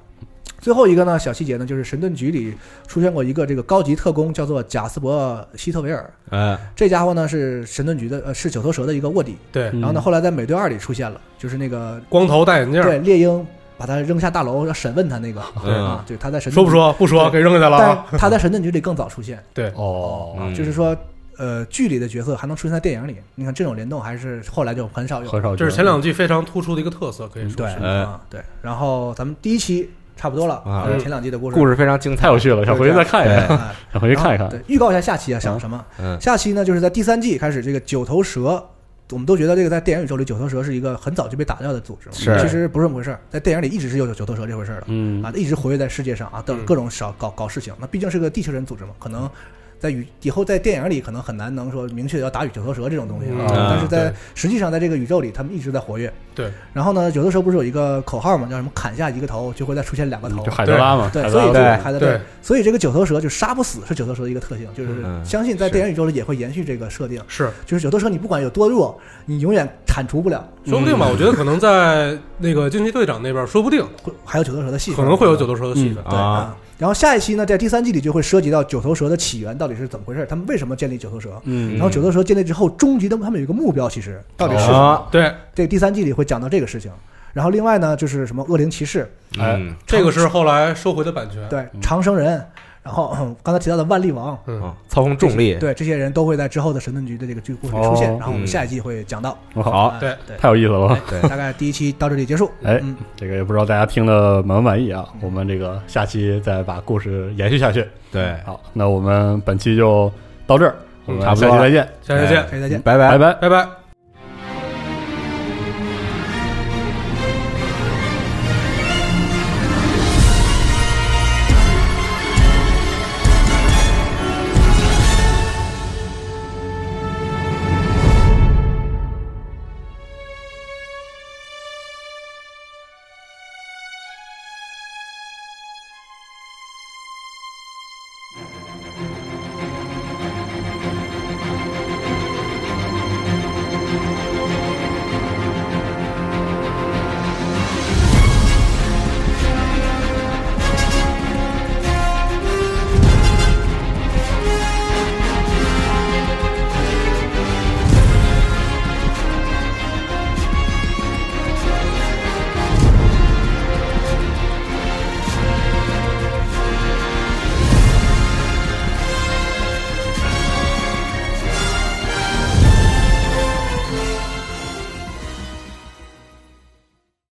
S3: 最后一个呢，小细节呢，就是神盾局里出现过一个这个高级特工，叫做贾斯伯·希特维尔。
S5: 哎，
S3: 这家伙呢是神盾局的，呃，是九头蛇的一个卧底。
S2: 对
S1: 嗯
S3: 然后呢，后来在美队二里出现了，就是那个
S2: 光头戴眼镜，
S3: 对猎鹰把他扔下大楼要审问他那个
S5: 嗯
S3: 啊，对，他在神
S2: 说
S3: 盾
S2: 不
S3: 局？
S2: 说？不说，给扔下来了啊。
S3: 但他在神盾局里更早出现，
S1: 哦，
S3: 啊
S5: 嗯，
S3: 就是说，呃，剧里的角色还能出现在电影里，你看这种联动还是后来就很少有。
S1: 嗯很少见，
S2: 这是前两季非常突出的一个特色，可以说
S3: 对
S2: 是。
S5: 哎
S3: 啊，对。然后咱们第一期差不多了，
S5: 啊
S3: 就是前两集的故事。
S5: 故事非常精彩，
S1: 太有趣了，想回去再看一看，
S3: 哎
S1: 想回去看一看
S3: 然后，对，预告一下下期啊，想什么？
S5: 嗯
S3: 下期呢，就是在第三季开始，这个九头蛇。我们都觉得这个在电影宇宙里，九头蛇是一个很早就被打掉的组织嘛，
S5: 是
S3: 其实不是这么回事儿，在电影里一直是有九头蛇这回事儿的。
S1: 嗯
S3: 啊，一直活跃在世界上啊，各
S2: 嗯
S3: 各种少搞搞事情。那毕竟是个地球人组织嘛，可能在宇以后在电影里可能很难能说明确地要打宇宙蛇这种东西
S2: 嗯
S3: 啊，
S5: 啊
S3: 但是在
S2: 对
S3: 实际上在这个宇宙里，他们一直在活跃。
S2: 对。
S3: 然后呢，有的时候不是有一个口号嘛，叫什么“砍下一个头就会再出现两个头
S1: 就”。海德拉
S5: 啊
S1: 嘛，
S3: 对，
S1: 海
S3: 所以
S1: 德
S3: 这
S1: 拉
S3: 个
S5: 对
S3: 还在
S2: 对，
S3: 所以这个九头蛇就杀不死是九头蛇的一个特性，就是
S5: 嗯
S3: 相信在
S5: 是
S3: 电影宇宙里也会延续这个设定，
S2: 是，
S3: 就是九头蛇你不管有多弱，你永远铲除不了，
S2: 说不定吧？我觉得可能在那个惊奇队长那边，说不定
S3: 会还有九头蛇的戏份，
S2: 可能会有九头蛇的戏份。
S3: 对
S5: 啊，。
S3: 然后下一期呢，在第三季里就会涉及到九头蛇的起源到底是怎么回事，他们为什么建立九头蛇？
S1: 嗯
S3: 然后九头蛇建立之后，终极的他们有一个目标，其实到嗯底是什么？
S5: 啊，
S2: 对，
S3: 这第三季里会讲到这个事情。然后另外呢，就是什么恶灵骑士，
S1: 哎
S5: 嗯，
S3: 哎
S2: 这个是后来收回的版权。
S3: 对长生人，然后咳刚才提到的万力王，
S2: 嗯，
S5: 啊操控重力，
S3: 对这些人都会在之后的神盾局的这个剧故事里出现。
S1: 哦
S3: 然后我们下一季会讲到。
S1: 好，
S3: 哎
S2: 对
S3: 对，
S1: 太有意思了。
S3: 大概第一期到这里结束。
S1: 哎
S3: 嗯，
S1: 这个也不知道大家听的满不满意啊？我们这个下期再把故事延续下去。
S5: 对，
S1: 好，那我们本期就到这儿，我们
S5: 嗯差不
S1: 下
S5: 多
S1: 期
S5: 了
S1: 再见，
S2: 下期见，
S3: 下期再见。
S5: 拜拜
S1: 拜。拜。
S2: 拜拜。